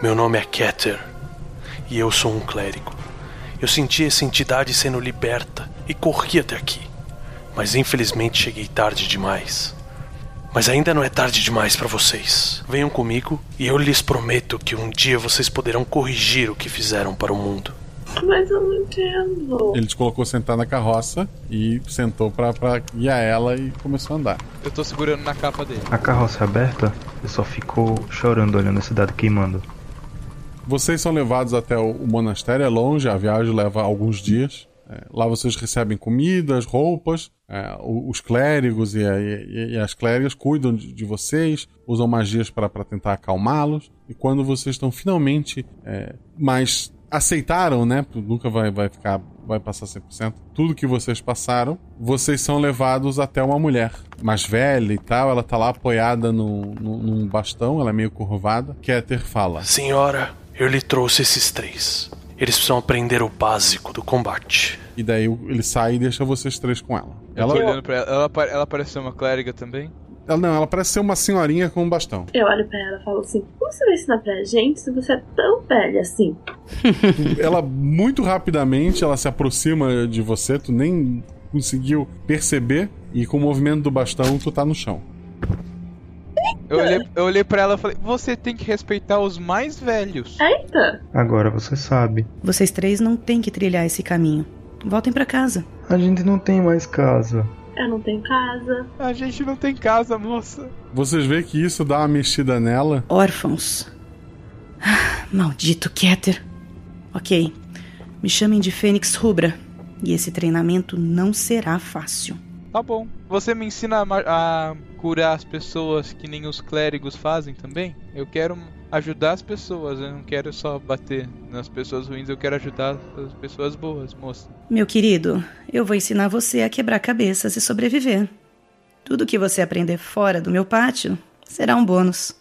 [SPEAKER 16] meu nome é Keter e eu sou um clérigo. Eu senti essa entidade sendo liberta e corri até aqui. Mas infelizmente cheguei tarde demais. Mas ainda não é tarde demais para vocês. Venham comigo e eu lhes prometo que um dia vocês poderão corrigir o que fizeram para o mundo.
[SPEAKER 11] Mas eu não entendo.
[SPEAKER 1] Ele te colocou sentar na carroça e sentou pra, pra guiar ela e começou a andar.
[SPEAKER 3] Eu tô segurando na capa dele.
[SPEAKER 17] A carroça é aberta, eu só fico chorando olhando a cidade queimando.
[SPEAKER 1] Vocês são levados até o, o monastério, é longe, a viagem leva alguns dias. É, lá vocês recebem comidas, roupas, é, o- os clérigos e, a- e- e as clérigas cuidam de, de vocês, usam magias para tentar acalmá-los. E quando vocês estão finalmente é, mais aceitaram, né? Nunca vai, vai ficar, vai passar 100%. Tudo que vocês passaram, vocês são levados até uma mulher mais velha e tal. Ela tá lá apoiada no, no- num bastão, ela é meio curvada. Keter fala.
[SPEAKER 16] Senhora, eu lhe trouxe esses três. Eles precisam aprender o básico do combate.
[SPEAKER 1] E daí o- ele sai e deixa vocês três com ela.
[SPEAKER 3] Eu tô
[SPEAKER 1] Ela-
[SPEAKER 3] olhando pra ela. Ela, pa- ela parece ser uma clériga também?
[SPEAKER 1] Ela não, ela parece ser uma senhorinha com um bastão.
[SPEAKER 11] Eu olho pra ela e falo assim: Como você vai ensinar pra gente se você é tão velha assim?
[SPEAKER 1] ela muito rapidamente ela se aproxima de você, tu nem conseguiu perceber, e com o movimento do bastão tu tá no chão.
[SPEAKER 3] Eu olhei, eu olhei pra ela e falei: Você tem que respeitar os mais velhos.
[SPEAKER 11] Eita!
[SPEAKER 17] Agora você sabe.
[SPEAKER 19] Vocês três não têm que trilhar esse caminho. Voltem pra casa.
[SPEAKER 17] A gente não tem mais casa.
[SPEAKER 11] Eu não tenho casa.
[SPEAKER 3] A gente não tem casa, moça.
[SPEAKER 1] Vocês veem que isso dá uma mexida nela.
[SPEAKER 19] Órfãos. Ah, Maldito Keter. Ok. Me chamem de Fênix Rubra. E esse treinamento não será fácil.
[SPEAKER 3] Tá bom. Você me ensina a, ma- a curar as pessoas que nem os clérigos fazem também? Eu quero ajudar as pessoas, eu não quero só bater nas pessoas ruins, eu quero ajudar as pessoas boas, moça.
[SPEAKER 19] Meu querido, eu vou ensinar você a quebrar cabeças e sobreviver. Tudo que você aprender fora do meu pátio será um bônus.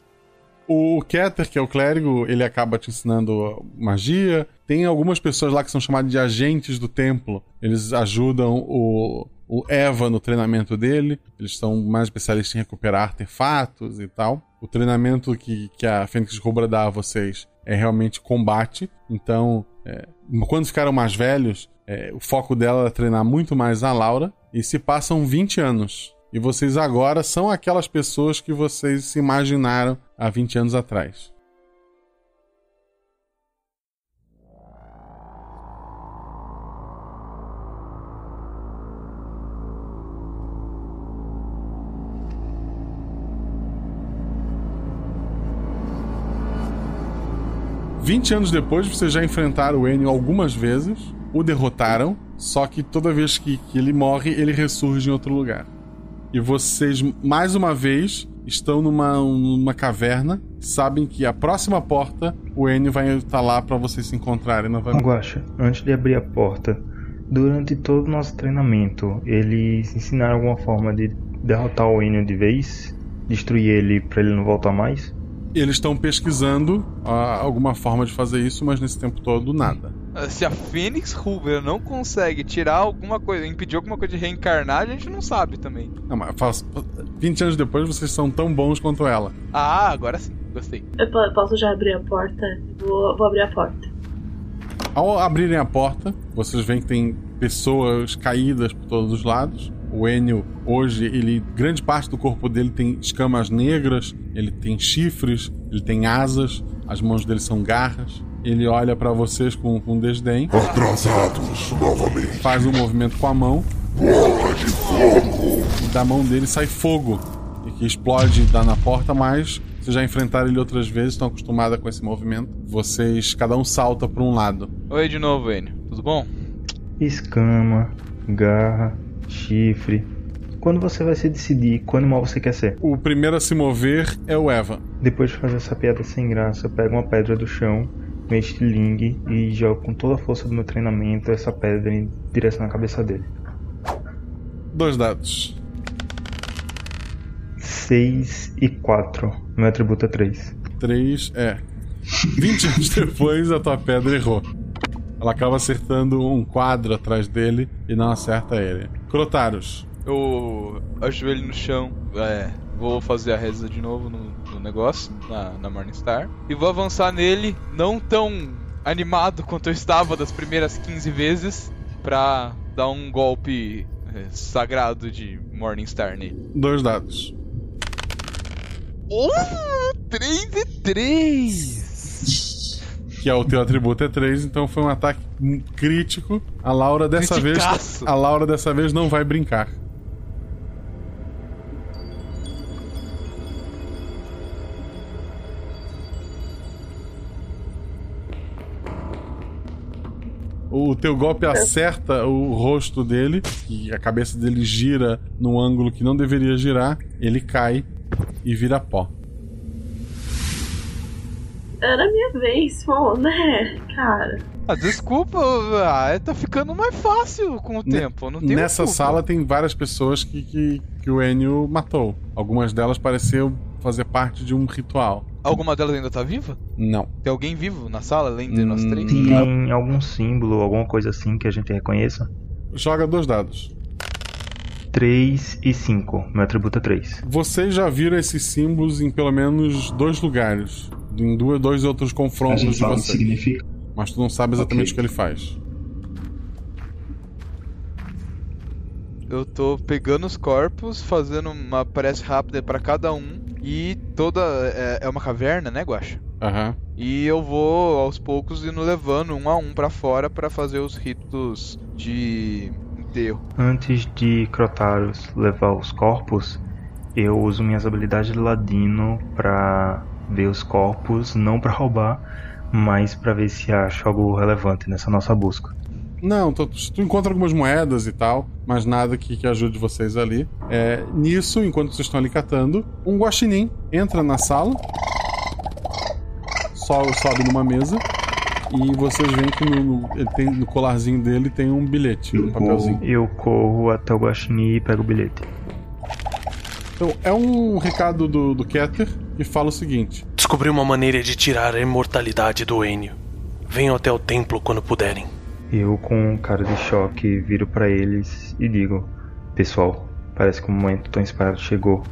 [SPEAKER 1] O Keter, que é o clérigo, ele acaba te ensinando magia. Tem algumas pessoas lá que são chamadas de agentes do templo. Eles ajudam o, o Eva no treinamento dele. Eles são mais especialistas em recuperar artefatos e tal. O treinamento que, que a Fênix Rubra dá a vocês é realmente combate. Então, é, quando ficaram mais velhos, é, o foco dela é treinar muito mais a Laura. E se passam 20 anos. E vocês agora são aquelas pessoas que vocês se imaginaram há 20 anos atrás. Vinte anos depois, vocês já enfrentaram o Enio algumas vezes, o derrotaram, só que toda vez que, que ele morre, ele ressurge em outro lugar. E vocês, mais uma vez, estão numa, numa caverna, sabem que a próxima porta, o Enio vai estar lá para vocês se encontrarem novamente.
[SPEAKER 17] Guaxa, antes de abrir a porta, durante todo o nosso treinamento, eles ensinaram alguma forma de derrotar o Enio de vez? Destruir ele pra ele não voltar mais?
[SPEAKER 1] Eles estão pesquisando ah, alguma forma de fazer isso, mas nesse tempo todo, nada.
[SPEAKER 3] Ah, Se a Fênix Ruber não consegue tirar alguma coisa, impedir alguma coisa de reencarnar, a gente não sabe também.
[SPEAKER 1] Não, mas faz- 20 anos depois, vocês são tão bons quanto ela.
[SPEAKER 3] Ah, agora sim, gostei.
[SPEAKER 11] Eu po- posso já abrir a porta? Vou, vou abrir a porta.
[SPEAKER 1] Ao abrirem a porta, vocês veem que tem pessoas caídas por todos os lados. O Enio, hoje, ele grande parte do corpo dele tem escamas negras, ele tem chifres, ele tem asas, as mãos dele são garras. Ele olha pra vocês com, com desdém.
[SPEAKER 4] Atrasados novamente.
[SPEAKER 1] Faz um movimento com a mão.
[SPEAKER 4] Bola de fogo.
[SPEAKER 1] Da mão dele sai fogo. E que explode e dá na porta, mas vocês já enfrentaram ele outras vezes, estão acostumados com esse movimento. Vocês, cada um salta pra um lado.
[SPEAKER 3] Oi de novo, Enio. Tudo bom?
[SPEAKER 17] Escama, garra, chifre. Quando você vai se decidir qual animal você quer ser?
[SPEAKER 1] O primeiro a se mover é o Eva.
[SPEAKER 17] Depois de fazer essa piada sem graça, eu pego uma pedra do chão, meu estilingue e jogo com toda a força do meu treinamento essa pedra em direção à cabeça dele.
[SPEAKER 1] Dois dados.
[SPEAKER 17] 6 e 4. Meu atributo é 3.
[SPEAKER 1] 3 é. 20 anos depois, a tua pedra errou. Ela acaba acertando um quadro atrás dele e não acerta ele. Crotaros.
[SPEAKER 3] Eu ajoelho no chão. É, vou fazer a reza de novo no, no negócio, na, na Morningstar. E vou avançar nele, não tão animado quanto eu estava das primeiras 15 vezes, pra dar um golpe é, sagrado de Morningstar nele.
[SPEAKER 1] Dois dados.
[SPEAKER 3] Uh, 3 e 3!
[SPEAKER 1] Que é o teu atributo é 3, então foi um ataque crítico. A Laura dessa
[SPEAKER 3] Criticaço.
[SPEAKER 1] vez. A Laura dessa vez não vai brincar. O teu golpe acerta o rosto dele, e a cabeça dele gira num ângulo que não deveria girar, ele cai e vira pó.
[SPEAKER 11] É
[SPEAKER 20] Era minha vez, pô, né, cara?
[SPEAKER 3] Ah, desculpa, ah, tá ficando mais fácil com o tempo. Não tem um
[SPEAKER 1] Nessa sala tem várias pessoas que, que, que o Enio matou. Algumas delas pareciam fazer parte de um ritual.
[SPEAKER 3] Alguma delas ainda tá viva?
[SPEAKER 1] Não.
[SPEAKER 3] Tem alguém vivo na sala além de
[SPEAKER 1] Hum,
[SPEAKER 3] nós três?
[SPEAKER 17] Tem algum símbolo, alguma coisa assim que a gente reconheça?
[SPEAKER 1] Joga dois dados.
[SPEAKER 17] 3 e 5. Meu atributo é 3.
[SPEAKER 1] Vocês já viram esses símbolos em pelo menos dois lugares. Em duas, dois outros confrontos de vocês. Mas tu não sabe exatamente o que ele faz.
[SPEAKER 3] Eu tô pegando os corpos, fazendo uma prece rápida pra cada um. E toda. É, é uma caverna, né, Guacha?
[SPEAKER 1] Aham.
[SPEAKER 3] E eu vou aos poucos indo levando um a um pra fora pra fazer os ritos de enterro.
[SPEAKER 17] Antes de Crotaros levar os corpos, eu uso minhas habilidades de ladino pra ver os corpos, não pra roubar, mas pra ver se acho algo relevante nessa nossa busca.
[SPEAKER 1] Não, tu, tu encontra algumas moedas e tal, mas nada que, que ajude vocês ali. É, nisso, enquanto vocês estão ali catando, um guaxinim entra na sala, so- sobe numa mesa, e vocês veem que no, no- ele tem- no colarzinho dele tem um bilhete, um papelzinho.
[SPEAKER 17] Eu corro até o Guaxinim e pego o bilhete.
[SPEAKER 1] Então, é um recado do, do Keter que fala o seguinte:
[SPEAKER 11] Descobri uma maneira de tirar a imortalidade do Enio. Venham até o templo quando puderem.
[SPEAKER 17] Eu, com um cara de choque, viro pra eles e digo: Pessoal, parece que o momento tão esperado chegou.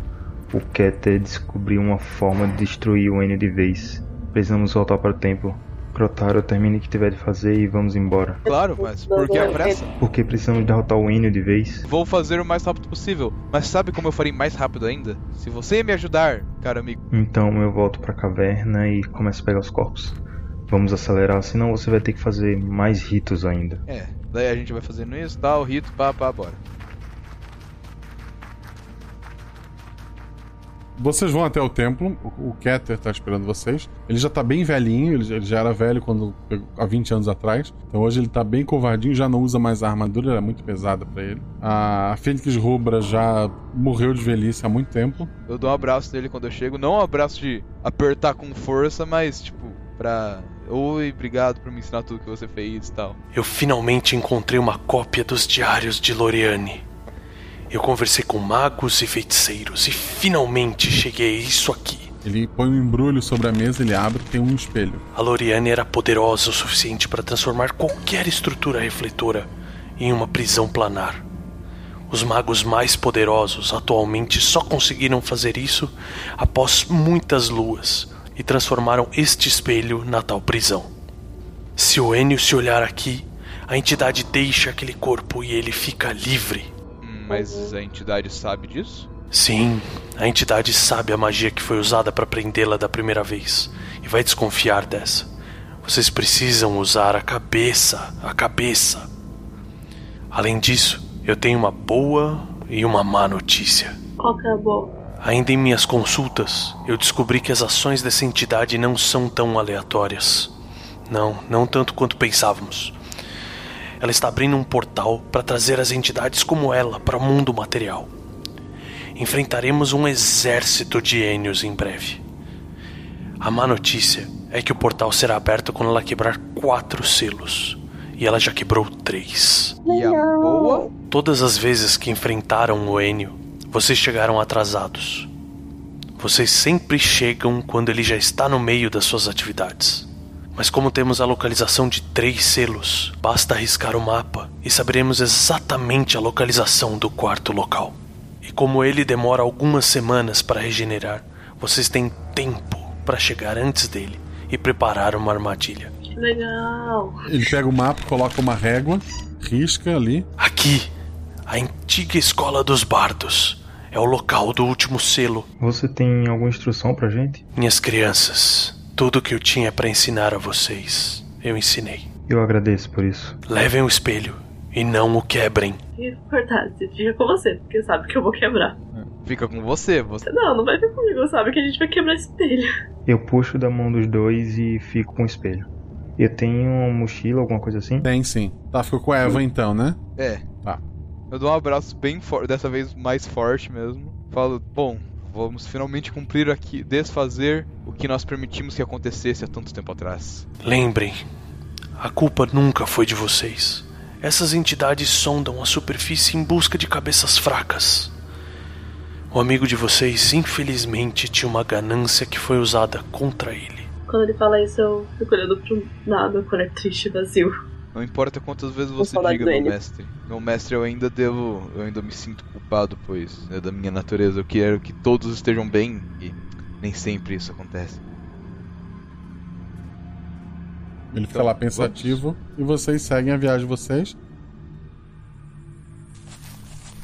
[SPEAKER 17] O Keter descobriu uma forma de destruir o N de vez. Precisamos voltar para o templo. Crotaro, termine o que tiver de fazer e vamos embora.
[SPEAKER 3] Claro, mas por que a pressa?
[SPEAKER 17] Porque precisamos derrotar o Enio de vez.
[SPEAKER 3] Vou fazer o mais rápido possível, mas sabe como eu farei mais rápido ainda? Se você me ajudar, cara amigo.
[SPEAKER 17] Então eu volto pra caverna e começo a pegar os corpos. Vamos acelerar, senão você vai ter que fazer mais ritos ainda.
[SPEAKER 3] É, daí a gente vai fazendo isso, tal, rito, pá, pá, bora.
[SPEAKER 1] Vocês vão até o templo, o o Keter tá esperando vocês. Ele já tá bem velhinho, ele ele já era velho quando há 20 anos atrás. Então hoje ele tá bem covardinho, já não usa mais a armadura, era muito pesada pra ele. A Fênix Rubra já morreu de velhice há muito tempo.
[SPEAKER 3] Eu dou um abraço nele quando eu chego, não um abraço de apertar com força, mas tipo, pra. Oi, obrigado por me ensinar tudo que você fez e tal.
[SPEAKER 11] Eu finalmente encontrei uma cópia dos diários de Loriane. Eu conversei com magos e feiticeiros e finalmente cheguei a isso aqui.
[SPEAKER 1] Ele põe um embrulho sobre a mesa, ele abre, tem um espelho.
[SPEAKER 11] A Loriane era poderosa o suficiente para transformar qualquer estrutura refletora em uma prisão planar. Os magos mais poderosos atualmente só conseguiram fazer isso após muitas luas e transformaram este espelho na tal prisão. Se o Enio se olhar aqui, a entidade deixa aquele corpo e ele fica livre.
[SPEAKER 3] Hum, Mas a entidade sabe disso?
[SPEAKER 11] Sim, a entidade sabe a magia que foi usada para prendê-la da primeira vez e vai desconfiar dessa. Vocês precisam usar a cabeça, a cabeça. Além disso, eu tenho uma boa e uma má notícia.
[SPEAKER 20] Qual que é a boa?
[SPEAKER 11] Ainda em minhas consultas, eu descobri que as ações dessa entidade não são tão aleatórias. Não, não tanto quanto pensávamos. Ela está abrindo um portal para trazer as entidades como ela para o mundo material. Enfrentaremos um exército de Enios em breve. A má notícia é que o portal será aberto quando ela quebrar quatro selos. E ela já quebrou três.
[SPEAKER 3] E a boa?
[SPEAKER 11] Todas as vezes que enfrentaram o Enio, vocês chegaram atrasados. Vocês sempre chegam quando ele já está no meio das suas atividades. Mas como temos a localização de três selos, basta arriscar o mapa e saberemos exatamente a localização do quarto local. E como ele demora algumas semanas para regenerar, vocês têm tempo para chegar antes dele e preparar uma armadilha.
[SPEAKER 2] Legal.
[SPEAKER 1] Ele pega o mapa, coloca uma régua, risca ali.
[SPEAKER 11] Aqui, a antiga escola dos bardos. É o local do último selo.
[SPEAKER 17] Você tem alguma instrução pra gente?
[SPEAKER 11] Minhas crianças, tudo que eu tinha para ensinar a vocês, eu ensinei.
[SPEAKER 17] Eu agradeço por isso.
[SPEAKER 11] Levem o espelho e não o quebrem.
[SPEAKER 2] E, Cortado, fica com você, porque sabe que eu vou quebrar.
[SPEAKER 3] Fica com você, você.
[SPEAKER 2] Não, não vai vir comigo, sabe que a gente vai quebrar espelho.
[SPEAKER 17] Eu puxo da mão dos dois e fico com o espelho. Eu tenho uma mochila, alguma coisa assim?
[SPEAKER 1] Tem sim. Tá, ficou com a Eva então, né?
[SPEAKER 3] É.
[SPEAKER 1] Tá.
[SPEAKER 3] Eu dou um abraço bem forte, dessa vez mais forte mesmo. Falo, bom, vamos finalmente cumprir aqui, desfazer o que nós permitimos que acontecesse há tanto tempo atrás.
[SPEAKER 11] Lembrem, a culpa nunca foi de vocês. Essas entidades sondam a superfície em busca de cabeças fracas. O amigo de vocês, infelizmente, tinha uma ganância que foi usada contra ele.
[SPEAKER 2] Quando ele fala isso, eu fico olhando pro nada, o coração é triste e vazio.
[SPEAKER 3] Não importa quantas vezes você
[SPEAKER 21] saudade
[SPEAKER 3] diga, meu
[SPEAKER 21] dele."
[SPEAKER 3] mestre. Meu mestre, eu ainda devo. Eu ainda me sinto culpado, pois é da minha natureza. Eu quero que todos estejam bem e nem sempre isso acontece.
[SPEAKER 1] Ele fica lá pensativo e vocês seguem a viagem de vocês.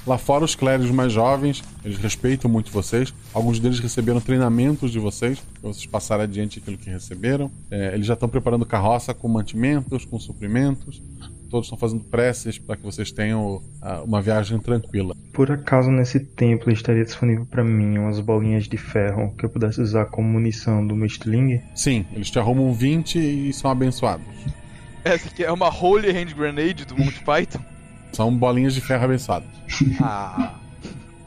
[SPEAKER 1] Lá fora, os clérigos mais jovens, eles respeitam muito vocês. Alguns deles receberam treinamentos de vocês, pra vocês passarem adiante aquilo que receberam. É, eles já estão preparando carroça com mantimentos, com suprimentos. Todos estão fazendo preces para que vocês tenham ah, uma viagem tranquila.
[SPEAKER 17] Por acaso nesse templo estaria disponível pra mim umas bolinhas de ferro que eu pudesse usar como munição do meu sling?
[SPEAKER 1] Sim, eles te arrumam 20 e são abençoados.
[SPEAKER 3] Essa aqui é uma Holy Hand Grenade do Monty Python?
[SPEAKER 1] São bolinhas de ferro abençoadas.
[SPEAKER 3] Ah.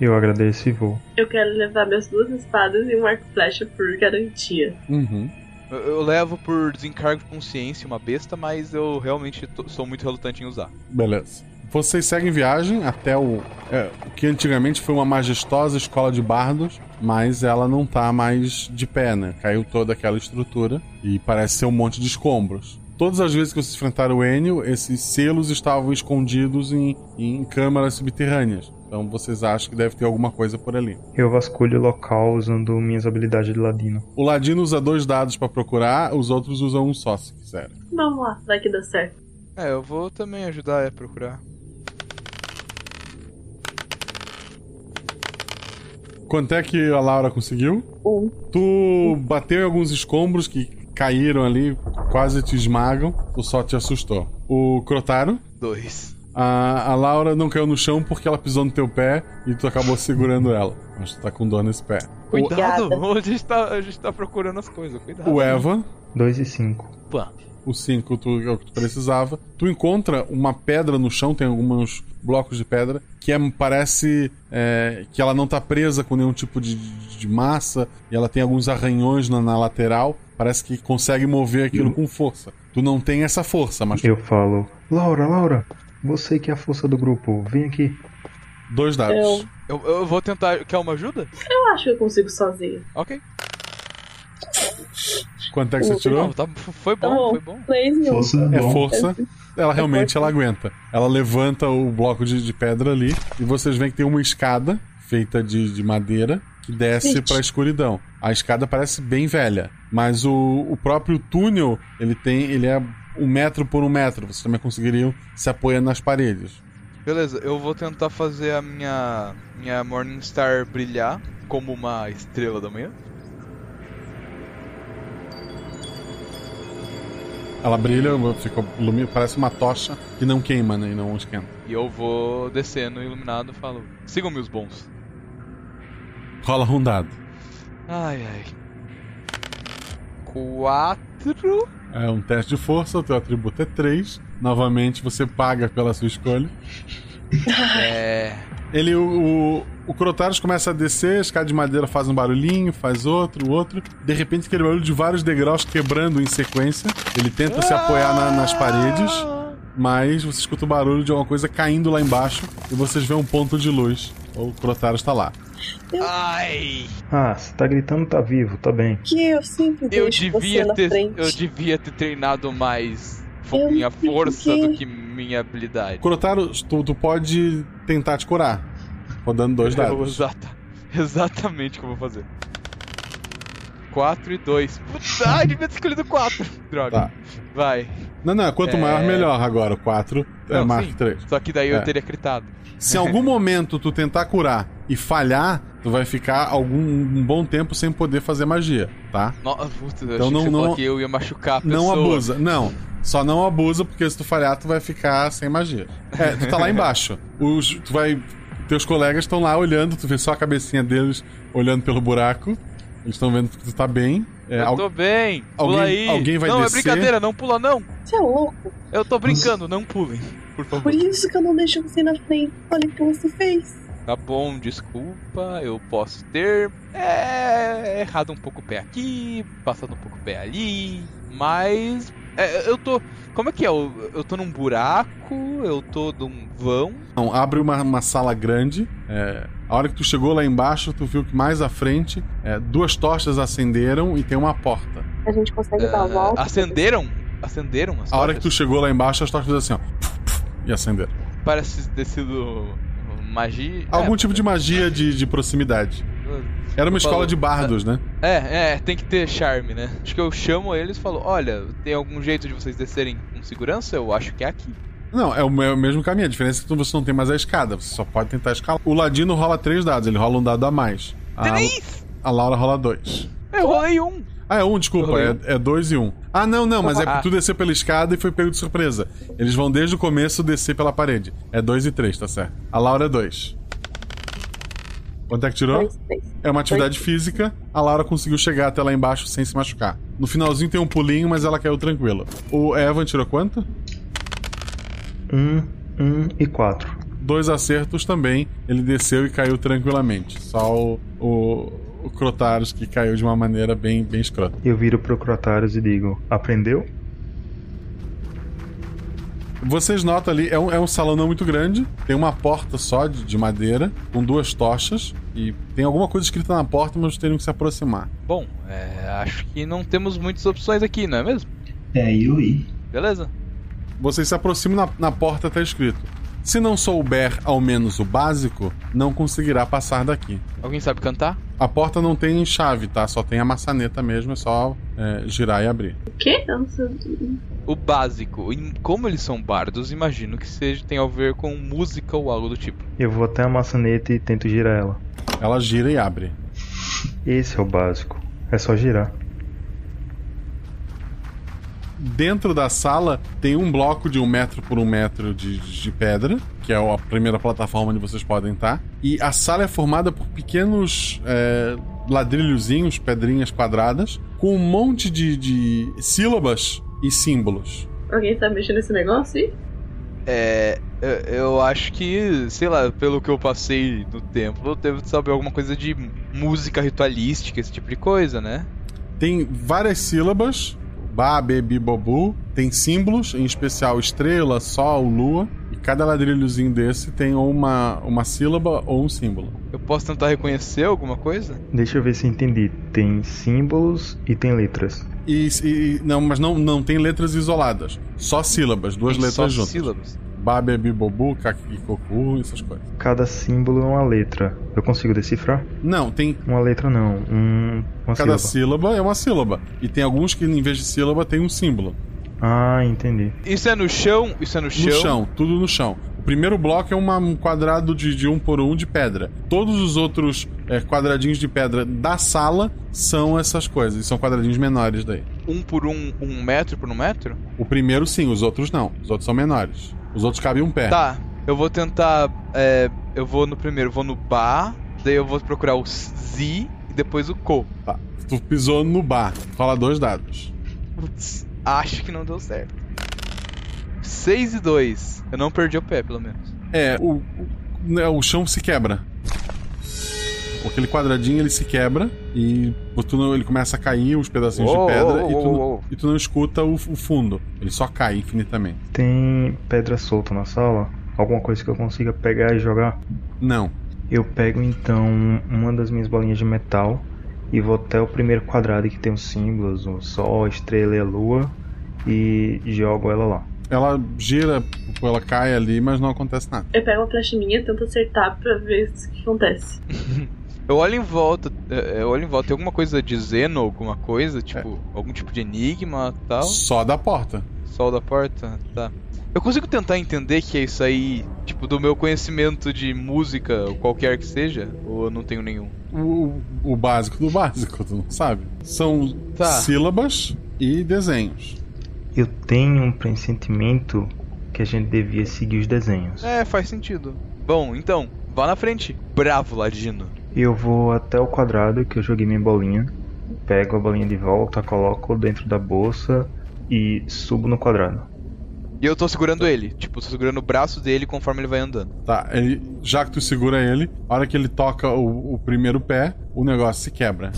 [SPEAKER 17] Eu agradeço e vou.
[SPEAKER 2] Eu quero levar minhas duas espadas e um arco e flecha por garantia.
[SPEAKER 1] Uhum.
[SPEAKER 3] Eu, eu levo por desencargo de consciência uma besta, mas eu realmente tô- sou muito relutante em usar.
[SPEAKER 1] Beleza. Vocês seguem viagem até o, é, o que antigamente foi uma majestosa escola de bardos, mas ela não tá mais de pé, né? Caiu toda aquela estrutura e parece ser um monte de escombros. Todas as vezes que vocês enfrentaram o Enio, esses selos estavam escondidos em, em câmaras subterrâneas. Então vocês acham que deve ter alguma coisa por ali.
[SPEAKER 17] Eu vasculho o local usando minhas habilidades de ladino.
[SPEAKER 1] O Ladino usa dois dados pra procurar, os outros usam um só, se quiserem.
[SPEAKER 2] Vamos lá, vai que dá certo.
[SPEAKER 3] É, eu vou também ajudar a procurar.
[SPEAKER 1] Quanto é que a Laura conseguiu?
[SPEAKER 21] Um.
[SPEAKER 1] Tu bateu em alguns escombros que caíram ali, quase te esmagam, o só te assustou. O Crotaro,
[SPEAKER 3] Dois.
[SPEAKER 1] a, a Laura não caiu no chão porque ela pisou no teu pé e tu acabou segurando ela. Mas tu tá com dor nesse pé.
[SPEAKER 3] Cuidado! A gente, tá, a gente tá procurando as coisas, cuidado.
[SPEAKER 1] O Eva,
[SPEAKER 17] 2 e 5.
[SPEAKER 3] Opa.
[SPEAKER 1] o 5 tu, é o que tu precisava. Tu encontra uma pedra no chão, tem alguns blocos de pedra, que é, parece é, que ela não tá presa com nenhum tipo de, de- de massa, e ela tem alguns arranhões na, na lateral. Parece que consegue mover aquilo com força. Tu não tem essa força, mas
[SPEAKER 17] Eu falo, Laura, Laura, você que é a força do grupo, vem aqui.
[SPEAKER 1] dois dados.
[SPEAKER 3] Eu, eu vou tentar. Quer uma ajuda?
[SPEAKER 2] Eu acho que eu consigo sozinho.
[SPEAKER 3] Ok.
[SPEAKER 1] Quanto é que você tirou?
[SPEAKER 3] Não, tá- foi bom, foi bom.
[SPEAKER 21] Três e um.
[SPEAKER 1] É força. Ela realmente ela aguenta. Ela levanta o bloco de, de pedra ali e vocês veem que tem uma escada feita de, de madeira que desce
[SPEAKER 21] Gente.
[SPEAKER 1] pra escuridão. A escada parece bem velha, mas o, o próprio túnel ele tem ele é um metro por um metro. Vocês também conseguiriam se apoiar nas paredes.
[SPEAKER 3] Beleza, eu vou tentar fazer a minha minha Morningstar brilhar como uma estrela da manhã.
[SPEAKER 1] Ela brilha, fica, ilumi- parece uma tocha que não queima né, e não esquenta.
[SPEAKER 3] E eu vou descendo iluminado e falo: sigam-me os bons.
[SPEAKER 1] Rola um dado.
[SPEAKER 3] Ai ai. Quatro.
[SPEAKER 1] É um teste de força, o teu atributo é 3. Novamente você paga pela sua escolha.
[SPEAKER 3] É.
[SPEAKER 1] Ele, o, o, o Crotaros começa a descer, a escada de madeira faz um barulhinho, faz outro, outro. De repente, aquele barulho de vários degraus quebrando em sequência. Ele tenta se apoiar na- nas paredes, mas você escuta o barulho de alguma coisa caindo lá embaixo e vocês vê um ponto de luz. O Crotaros tá lá.
[SPEAKER 3] Ai!
[SPEAKER 9] Ah, se tá gritando, tá vivo, tá bem.
[SPEAKER 12] Que eu sempre
[SPEAKER 3] Eu
[SPEAKER 12] deixo você
[SPEAKER 3] devia
[SPEAKER 12] na
[SPEAKER 3] ter,
[SPEAKER 12] frente.
[SPEAKER 3] eu devia ter treinado mais fo-
[SPEAKER 12] Eu
[SPEAKER 3] minha
[SPEAKER 12] fiquei-
[SPEAKER 3] força do que minha habilidade.
[SPEAKER 1] Kurotaro, tu, tu pode tentar te curar. Rodando dois
[SPEAKER 3] Eu-
[SPEAKER 1] dados.
[SPEAKER 3] Exata, exatamente o que eu vou fazer. 4 e 2. Puta, ai, devia ter escolhido 4. Droga.
[SPEAKER 1] Tá.
[SPEAKER 3] Vai.
[SPEAKER 1] Não, não, quanto
[SPEAKER 3] É.
[SPEAKER 1] maior, melhor agora. 4 é
[SPEAKER 3] Não,
[SPEAKER 1] Mark
[SPEAKER 3] sim.
[SPEAKER 1] 3.
[SPEAKER 3] Só que daí
[SPEAKER 1] É.
[SPEAKER 3] eu teria critado.
[SPEAKER 1] Se em algum momento tu tentar curar e falhar, tu vai ficar algum um bom tempo sem poder fazer magia, tá?
[SPEAKER 3] Nossa, puta, eu
[SPEAKER 1] Então não-
[SPEAKER 3] achei que você
[SPEAKER 1] não-
[SPEAKER 3] falou que eu ia machucar a pessoa.
[SPEAKER 1] Não abusa, não. Só não abusa, porque se tu falhar, tu vai ficar sem magia. É, tu tá lá embaixo. Os, tu vai. Teus colegas estão lá olhando, tu vê só a cabecinha deles olhando pelo buraco. Eles estão vendo que tu tá bem. É,
[SPEAKER 3] eu
[SPEAKER 1] al-
[SPEAKER 3] tô bem.
[SPEAKER 1] alguém-
[SPEAKER 3] Pula aí.
[SPEAKER 1] alguém vai
[SPEAKER 3] não,
[SPEAKER 1] descer?
[SPEAKER 3] é brincadeira, não pula não.
[SPEAKER 12] Você é louco.
[SPEAKER 3] Eu tô brincando, não pulem. Por favor.
[SPEAKER 12] Por isso que eu não deixo você na frente. Olha o que você fez.
[SPEAKER 3] Tá bom, desculpa, eu posso ter é, errado um pouco o pé aqui, passado um pouco o pé ali, mas é, eu tô. Como é que é? Eu, eu tô num buraco, eu tô num vão.
[SPEAKER 1] Não, abre uma, uma sala grande. é, a hora que tu chegou lá embaixo, tu viu que mais à frente é, duas tochas acenderam e tem uma porta.
[SPEAKER 12] A gente consegue dar a
[SPEAKER 3] Ah,
[SPEAKER 12] volta.
[SPEAKER 3] acenderam? Acenderam as
[SPEAKER 1] A hora que tu
[SPEAKER 3] tochas?
[SPEAKER 1] chegou lá embaixo, as tochas assim, ó. E acenderam.
[SPEAKER 3] É, Parece ter sido magia. É,
[SPEAKER 1] Algum tipo de magia de, de proximidade. Era uma escola de bardos, né?
[SPEAKER 3] Hum. É, é, tem que ter charme, né? Acho que eu chamo eles e falo: olha, tem algum jeito de vocês descerem com segurança? Eu acho que é aqui.
[SPEAKER 1] Não, é o, me- é o mesmo caminho. A diferença é que você não tem mais a escada. Você só pode tentar escalar. O Ladino rola três dados. Ele rola um dado a mais. A, a Laura rola dois.
[SPEAKER 3] Eu rolei um!
[SPEAKER 1] Ah, é um, desculpa.
[SPEAKER 3] Rolei
[SPEAKER 1] É, é dois e um. Ah, não, não. Mas é
[SPEAKER 3] Ah.
[SPEAKER 1] porque tu desceu pela escada e foi pego de surpresa. Eles vão desde o começo descer pela parede. É dois e três, tá certo. A Laura é dois. Quanto é que tirou? É uma atividade física. A Laura conseguiu chegar até lá embaixo sem se machucar. No finalzinho tem um pulinho, mas ela caiu tranquila. O Evan tirou quanto?
[SPEAKER 9] Um, um e quatro.
[SPEAKER 1] dois acertos também. Ele desceu e caiu tranquilamente. Só o, o, o Crotaros que caiu de uma maneira bem, bem escrota.
[SPEAKER 9] Eu viro pro Crotaros e digo: Aprendeu?
[SPEAKER 1] Vocês notam ali, é um, é um salão não muito grande, tem uma porta só de, de madeira, com duas tochas, e tem alguma coisa escrita na porta, mas teriam que se aproximar.
[SPEAKER 3] Bom, é, acho que não temos muitas opções aqui, não é mesmo?
[SPEAKER 1] É, Yui.
[SPEAKER 3] Beleza?
[SPEAKER 1] Vocês se aproximam na, na porta, tá escrito. Se não souber ao menos o básico, não conseguirá passar daqui.
[SPEAKER 3] Alguém sabe cantar?
[SPEAKER 1] A porta não tem chave, tá? Só tem a maçaneta mesmo, é só é, girar e abrir.
[SPEAKER 11] O quê?
[SPEAKER 2] Então,
[SPEAKER 11] Eu não sei.
[SPEAKER 3] O básico. E Como eles são bardos, imagino que seja tenha a ver com música ou algo do tipo.
[SPEAKER 9] Eu vou até a maçaneta e tento girar ela.
[SPEAKER 1] Ela gira e abre.
[SPEAKER 9] Esse é o básico. É só girar.
[SPEAKER 1] Dentro da sala tem um bloco de um metro por um metro de, de pedra, que é a primeira plataforma onde vocês podem estar. E a sala é formada por pequenos é, ladrilhozinhos, pedrinhas quadradas, com um monte de, de sílabas e símbolos.
[SPEAKER 11] Alguém tá mexendo nesse negócio aí?
[SPEAKER 3] É. Eu, eu acho que, sei lá, pelo que eu passei no templo, eu devo saber alguma coisa de música ritualística, esse tipo de coisa, né?
[SPEAKER 1] Tem várias sílabas, ba, be, bi, bobu, tem símbolos, em especial estrela, sol, lua, e cada ladrilhozinho desse tem ou uma, uma sílaba ou um símbolo.
[SPEAKER 3] Eu posso tentar reconhecer alguma coisa?
[SPEAKER 9] Deixa eu ver se eu entendi. Tem símbolos e tem letras.
[SPEAKER 1] E, e- não, mas não, não tem letras isoladas. Só sílabas, duas
[SPEAKER 3] Tem
[SPEAKER 1] letras
[SPEAKER 3] só
[SPEAKER 1] juntas.
[SPEAKER 3] sílabas.
[SPEAKER 1] Babe, bibobu, kakikoku, essas coisas.
[SPEAKER 9] Cada símbolo é uma letra. Eu consigo decifrar?
[SPEAKER 1] Não, tem.
[SPEAKER 9] Uma letra não. Um, uma
[SPEAKER 1] Cada
[SPEAKER 9] sílaba.
[SPEAKER 1] sílaba. é uma sílaba. E tem alguns que, em vez de sílaba, tem um símbolo.
[SPEAKER 9] Ah, entendi.
[SPEAKER 3] Isso é no chão? Isso é no chão?
[SPEAKER 1] No chão, tudo no chão. O primeiro bloco é uma- um quadrado de, de um por um de pedra. Todos os outros é, quadradinhos de pedra da sala são essas coisas. E são quadradinhos menores daí.
[SPEAKER 3] Um por um, um metro por um metro?
[SPEAKER 1] O primeiro sim, os outros não. Os outros são menores. Os outros cabem um pé.
[SPEAKER 3] Tá, eu vou tentar. é, eu vou no primeiro, vou no bar, daí eu vou procurar o Z e depois o Co.
[SPEAKER 1] Tá. Tu pisou no bar. Rola dois dados.
[SPEAKER 3] Putz, acho que não deu certo. 6 e 2. Eu não perdi o pé, pelo menos.
[SPEAKER 1] É, o, o, né, o chão se quebra. Aquele quadradinho ele se quebra e tu não- ele começa a cair os pedacinhos
[SPEAKER 3] Uou,
[SPEAKER 1] de pedra
[SPEAKER 3] uou,
[SPEAKER 1] e, tu,
[SPEAKER 3] uou,
[SPEAKER 1] não-
[SPEAKER 3] uou.
[SPEAKER 1] e tu não escuta o, o fundo. Ele só cai infinitamente.
[SPEAKER 9] Tem pedra solta na sala? Alguma coisa que eu consiga pegar e jogar?
[SPEAKER 1] Não.
[SPEAKER 17] Eu pego então uma das minhas bolinhas de metal e vou até o primeiro quadrado que tem os símbolos, o sol, a estrela e a lua, e jogo ela lá.
[SPEAKER 1] Ela gira, ela cai ali, mas não acontece nada.
[SPEAKER 2] Eu pego uma flecha minha e tento acertar pra ver o que acontece.
[SPEAKER 3] Eu olho em volta, eh, eu olho em volta, tem alguma coisa dizendo alguma
[SPEAKER 1] É.
[SPEAKER 3] coisa, tipo, algum tipo de enigma tal?
[SPEAKER 1] Só da porta.
[SPEAKER 3] Sol da porta? Tá. Eu consigo tentar entender que é isso aí, tipo, do meu conhecimento de música, ou qualquer que seja, ou eu não tenho nenhum?
[SPEAKER 1] O, o básico do básico, tu não sabe? São
[SPEAKER 3] Tá.
[SPEAKER 1] sílabas e desenhos.
[SPEAKER 17] Eu tenho um pressentimento que a gente devia seguir os desenhos.
[SPEAKER 3] É, faz sentido. Bom, então, vá na frente. Bravo, Ladino.
[SPEAKER 17] Eu vou até o quadrado que eu joguei minha bolinha, pego a bolinha de volta, coloco dentro da bolsa e subo no quadrado.
[SPEAKER 3] E eu tô segurando ele, tipo, tô segurando o braço dele conforme ele vai andando.
[SPEAKER 1] Tá, ele, já que tu segura ele, a hora que ele toca o, o primeiro pé, o negócio se quebra.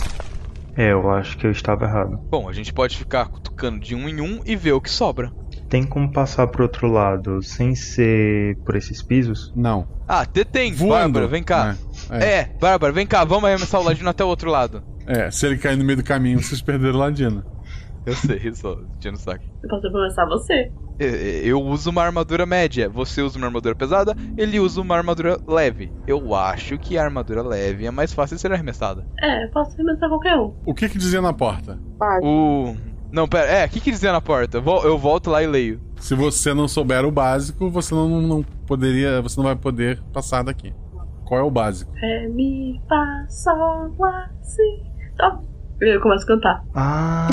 [SPEAKER 17] É, eu acho que eu estava errado.
[SPEAKER 3] Bom, a gente pode ficar cutucando de um em um e ver o que sobra.
[SPEAKER 17] Tem como passar pro outro lado sem ser por esses pisos?
[SPEAKER 1] Não.
[SPEAKER 3] Ah, detém,
[SPEAKER 1] Voando,
[SPEAKER 3] Bárbara, vem cá.
[SPEAKER 1] É,
[SPEAKER 3] É. Bárbara, vem cá, vamos arremessar o Ladino até o outro lado.
[SPEAKER 1] É, se ele cair no meio do caminho, vocês perderam a Ladina.
[SPEAKER 3] Eu sei, só tirando saco.
[SPEAKER 2] Eu posso atravessar você.
[SPEAKER 3] Eu, eu uso uma armadura média, você usa uma armadura pesada, ele usa uma armadura leve. Eu acho que a armadura leve é mais fácil de ser arremessada.
[SPEAKER 2] É, eu posso arremessar qualquer um.
[SPEAKER 1] O que que dizia na porta?
[SPEAKER 3] O. Não, pera, é, o que, que dizia na porta? Vol- Eu volto lá e leio.
[SPEAKER 1] Se você não souber o básico, você não, não poderia. Você não vai poder passar daqui. Qual é o básico?
[SPEAKER 2] Ré, mi, fá, sol, lá, si, dó. um assim. Eu começo a cantar.
[SPEAKER 17] Ah!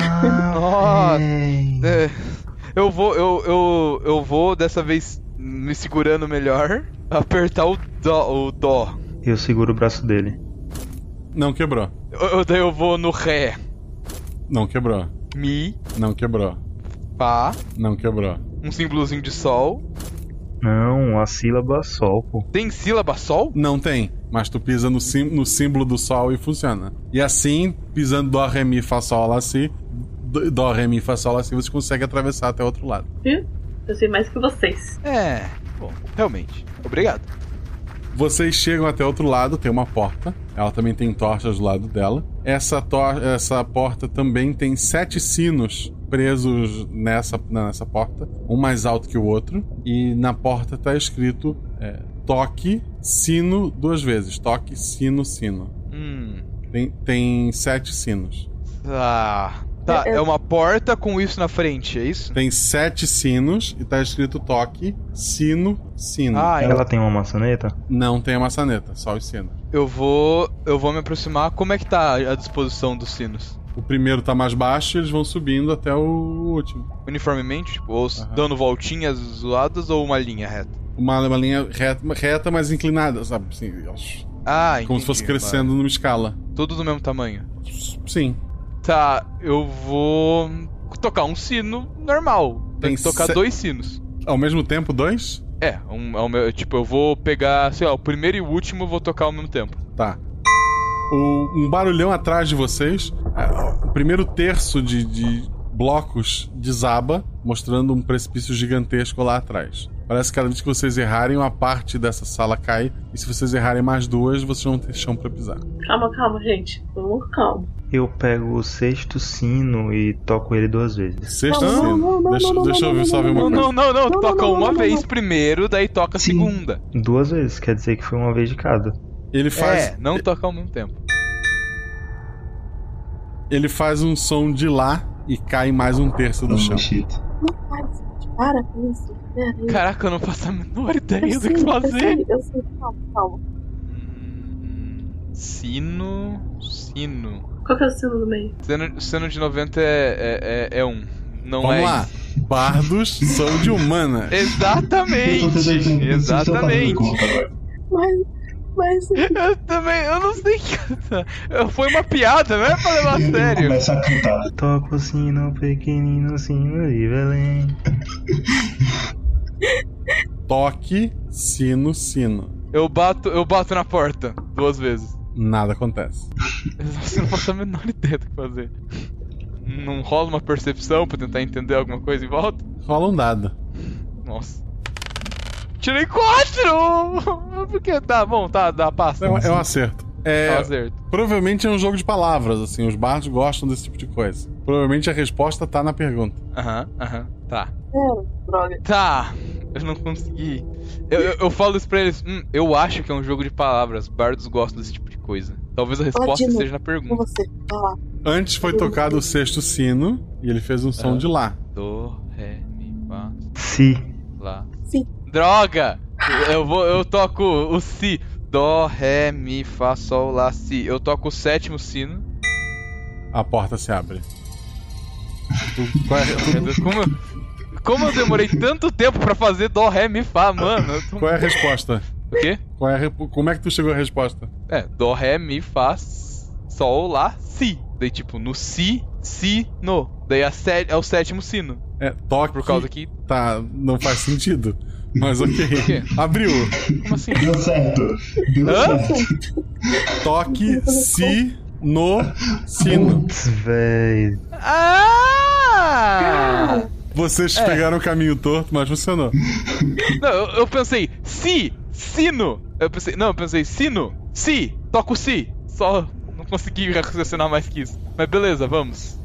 [SPEAKER 3] Nossa! É, eu vou, eu, eu, eu vou dessa vez me segurando melhor, apertar o dó. O dó.
[SPEAKER 17] Eu seguro o braço dele.
[SPEAKER 1] Não quebrou.
[SPEAKER 3] Eu, eu- daí eu vou no ré.
[SPEAKER 1] Não quebrou.
[SPEAKER 3] Mi,
[SPEAKER 1] Não quebrou.
[SPEAKER 3] Fá,
[SPEAKER 1] Não quebrou.
[SPEAKER 3] um símbolozinho de sol.
[SPEAKER 17] Não, a sílaba sol, pô.
[SPEAKER 3] Tem sílaba sol?
[SPEAKER 1] Não tem, mas tu pisa no, sim- no símbolo do sol e funciona. E assim, pisando dó, ré, mi, fá, sol, lá, si, dó, dó, ré, mi, fá, sol, lá, si, você consegue atravessar até o outro lado.
[SPEAKER 2] Viu? Eu sei mais que vocês.
[SPEAKER 3] É, bom, realmente. Obrigado.
[SPEAKER 1] Vocês chegam até outro lado, tem uma porta. Ela também tem tochas do lado dela. Essa, to- essa porta também tem sete sinos presos nessa, nessa porta, um mais alto que o outro. E na porta tá escrito é, toque, sino duas vezes. Toque, sino, sino.
[SPEAKER 3] Hum.
[SPEAKER 1] Tem, tem sete sinos.
[SPEAKER 3] Tá. Tá, é uma porta com isso na frente, é isso?
[SPEAKER 1] Tem sete sinos e tá escrito toque, sino, sino.
[SPEAKER 3] Ah,
[SPEAKER 17] Ela tem uma maçaneta?
[SPEAKER 1] Não tem a maçaneta, só os sinos.
[SPEAKER 3] Eu vou. Eu vou me aproximar. Como é que tá a disposição dos sinos?
[SPEAKER 1] O primeiro tá mais baixo e eles vão subindo até o último.
[SPEAKER 3] Uniformemente? Tipo, ou s- dando voltinhas zoadas ou uma linha reta?
[SPEAKER 1] uma, uma linha reta, reta, mas inclinada, sabe? Assim, elas-
[SPEAKER 3] Ah,
[SPEAKER 1] como
[SPEAKER 3] entendi,
[SPEAKER 1] se fosse crescendo numa escala.
[SPEAKER 3] mas Todos do mesmo tamanho.
[SPEAKER 1] Sim.
[SPEAKER 3] Tá, eu vou. tocar um sino normal. Tem
[SPEAKER 1] Tem
[SPEAKER 3] que tocar
[SPEAKER 1] se-
[SPEAKER 3] dois sinos.
[SPEAKER 1] Ao mesmo tempo, dois?
[SPEAKER 3] É, um, é o meu- tipo, eu vou pegar, sei lá, o primeiro e o último eu vou tocar ao mesmo tempo.
[SPEAKER 1] Tá. O- um barulhão atrás de vocês. Ah, O primeiro terço de, de blocos desaba, mostrando um precipício gigantesco lá atrás. Parece que cada vez que vocês errarem, uma parte dessa sala cai. E se vocês errarem mais duas, vocês vão ter chão pra pisar.
[SPEAKER 2] Calma, calma, gente. Vamos com calma.
[SPEAKER 17] Eu pego o sexto sino e toco ele duas vezes.
[SPEAKER 1] Sexto
[SPEAKER 2] Não, não,
[SPEAKER 1] sino?
[SPEAKER 2] não, não,
[SPEAKER 1] deixa,
[SPEAKER 2] não,
[SPEAKER 1] deixa eu
[SPEAKER 2] não,
[SPEAKER 1] ver, só ver uma
[SPEAKER 2] não,
[SPEAKER 1] coisa.
[SPEAKER 3] Não, não, não,
[SPEAKER 2] não,
[SPEAKER 3] toca
[SPEAKER 2] não, não,
[SPEAKER 3] uma
[SPEAKER 2] não,
[SPEAKER 3] vez primeiro, daí toca a segunda.
[SPEAKER 17] Duas vezes, quer dizer que foi uma vez de cada.
[SPEAKER 1] Ele faz.
[SPEAKER 3] É, não toca ao mesmo tempo.
[SPEAKER 1] Ele faz um som de lá e cai mais um terço do chão.
[SPEAKER 3] Então
[SPEAKER 11] Não faz, para com isso. Pera aí.
[SPEAKER 3] Caraca, eu não faço a
[SPEAKER 2] É
[SPEAKER 3] menor ideia
[SPEAKER 11] Eu
[SPEAKER 3] do que
[SPEAKER 11] sei, eu
[SPEAKER 3] fazer.
[SPEAKER 11] sei, Eu sei, calma, calma.
[SPEAKER 3] Sino. Sino.
[SPEAKER 2] Qual que é o sino do meio?
[SPEAKER 3] Sino, sino de 90 é, é, é, é um. Não
[SPEAKER 1] Vamos
[SPEAKER 3] é.
[SPEAKER 1] lá.
[SPEAKER 3] isso.
[SPEAKER 1] Bardos são de humana.
[SPEAKER 2] Então,
[SPEAKER 3] Exatamente! Exatamente!
[SPEAKER 11] Mas, mas.
[SPEAKER 3] Eu também, eu não sei que. Eu- Foi uma piada, não é pra levar a sério.
[SPEAKER 22] a cantar.
[SPEAKER 17] Toco o sino, pequenino sino de Belém.
[SPEAKER 1] Toque, sino, sino.
[SPEAKER 3] Eu bato, eu bato na porta duas vezes.
[SPEAKER 1] Nada acontece.
[SPEAKER 3] Eu não faço a menor ideia do que fazer. Não rola uma percepção pra tentar entender alguma coisa em volta?
[SPEAKER 1] Rola um dado.
[SPEAKER 3] Nossa. Tirei quatro! Porque tá bom, tá, dá passa.
[SPEAKER 1] É um, é um acerto. É,
[SPEAKER 3] É um acerto.
[SPEAKER 1] Provavelmente é um jogo de palavras, assim. Os bardos gostam desse tipo de coisa. Provavelmente a resposta tá na pergunta.
[SPEAKER 3] Aham, aham, tá.
[SPEAKER 10] é, droga.
[SPEAKER 3] Tá, eu não consegui. Eu, eu, eu falo isso pra eles, "Hum, eu acho que é um jogo de palavras. Bardos gostam desse tipo de coisa. Talvez a resposta
[SPEAKER 10] Latino,
[SPEAKER 3] esteja na
[SPEAKER 10] Com
[SPEAKER 3] pergunta.
[SPEAKER 10] você, vai lá.
[SPEAKER 1] Antes foi tocado o sexto sino e ele fez um som
[SPEAKER 3] Ah.
[SPEAKER 1] de lá.
[SPEAKER 3] Do, ré, mi, fá,
[SPEAKER 1] Si.
[SPEAKER 3] lá.
[SPEAKER 10] Sim.
[SPEAKER 3] Droga! Eu, vou, eu toco o si. Dó, ré, mi, fá, sol, lá, si. Eu toco o sétimo sino.
[SPEAKER 1] A porta se abre. Tu- qual é-
[SPEAKER 3] Meu Deus, como, eu- como eu demorei tanto tempo pra fazer dó, ré, mi, fá, mano? Eu tô-
[SPEAKER 1] Qual é a resposta?
[SPEAKER 3] O quê?
[SPEAKER 1] Qual é a re- Como é que tu chegou à resposta?
[SPEAKER 3] É, dó, ré, mi, fá, s- sol, lá, si. Daí tipo, no si, si, no. Daí a sé- é o sétimo sino.
[SPEAKER 1] É, toque.
[SPEAKER 3] Por causa que.
[SPEAKER 1] Tá, não faz sentido. Mas ok. Abriu.
[SPEAKER 3] Como assim?
[SPEAKER 23] Deu Tá certo. Deu certo.
[SPEAKER 1] Toque si no sino.
[SPEAKER 17] Véi.
[SPEAKER 3] Ah!
[SPEAKER 1] Vocês pegaram o caminho torto, mas funcionou.
[SPEAKER 3] Não, eu, eu pensei, si, sino. Eu pensei, não, eu pensei, sino, si, toco si. Só não consegui raciocinar mais que isso. Mas beleza, vamos.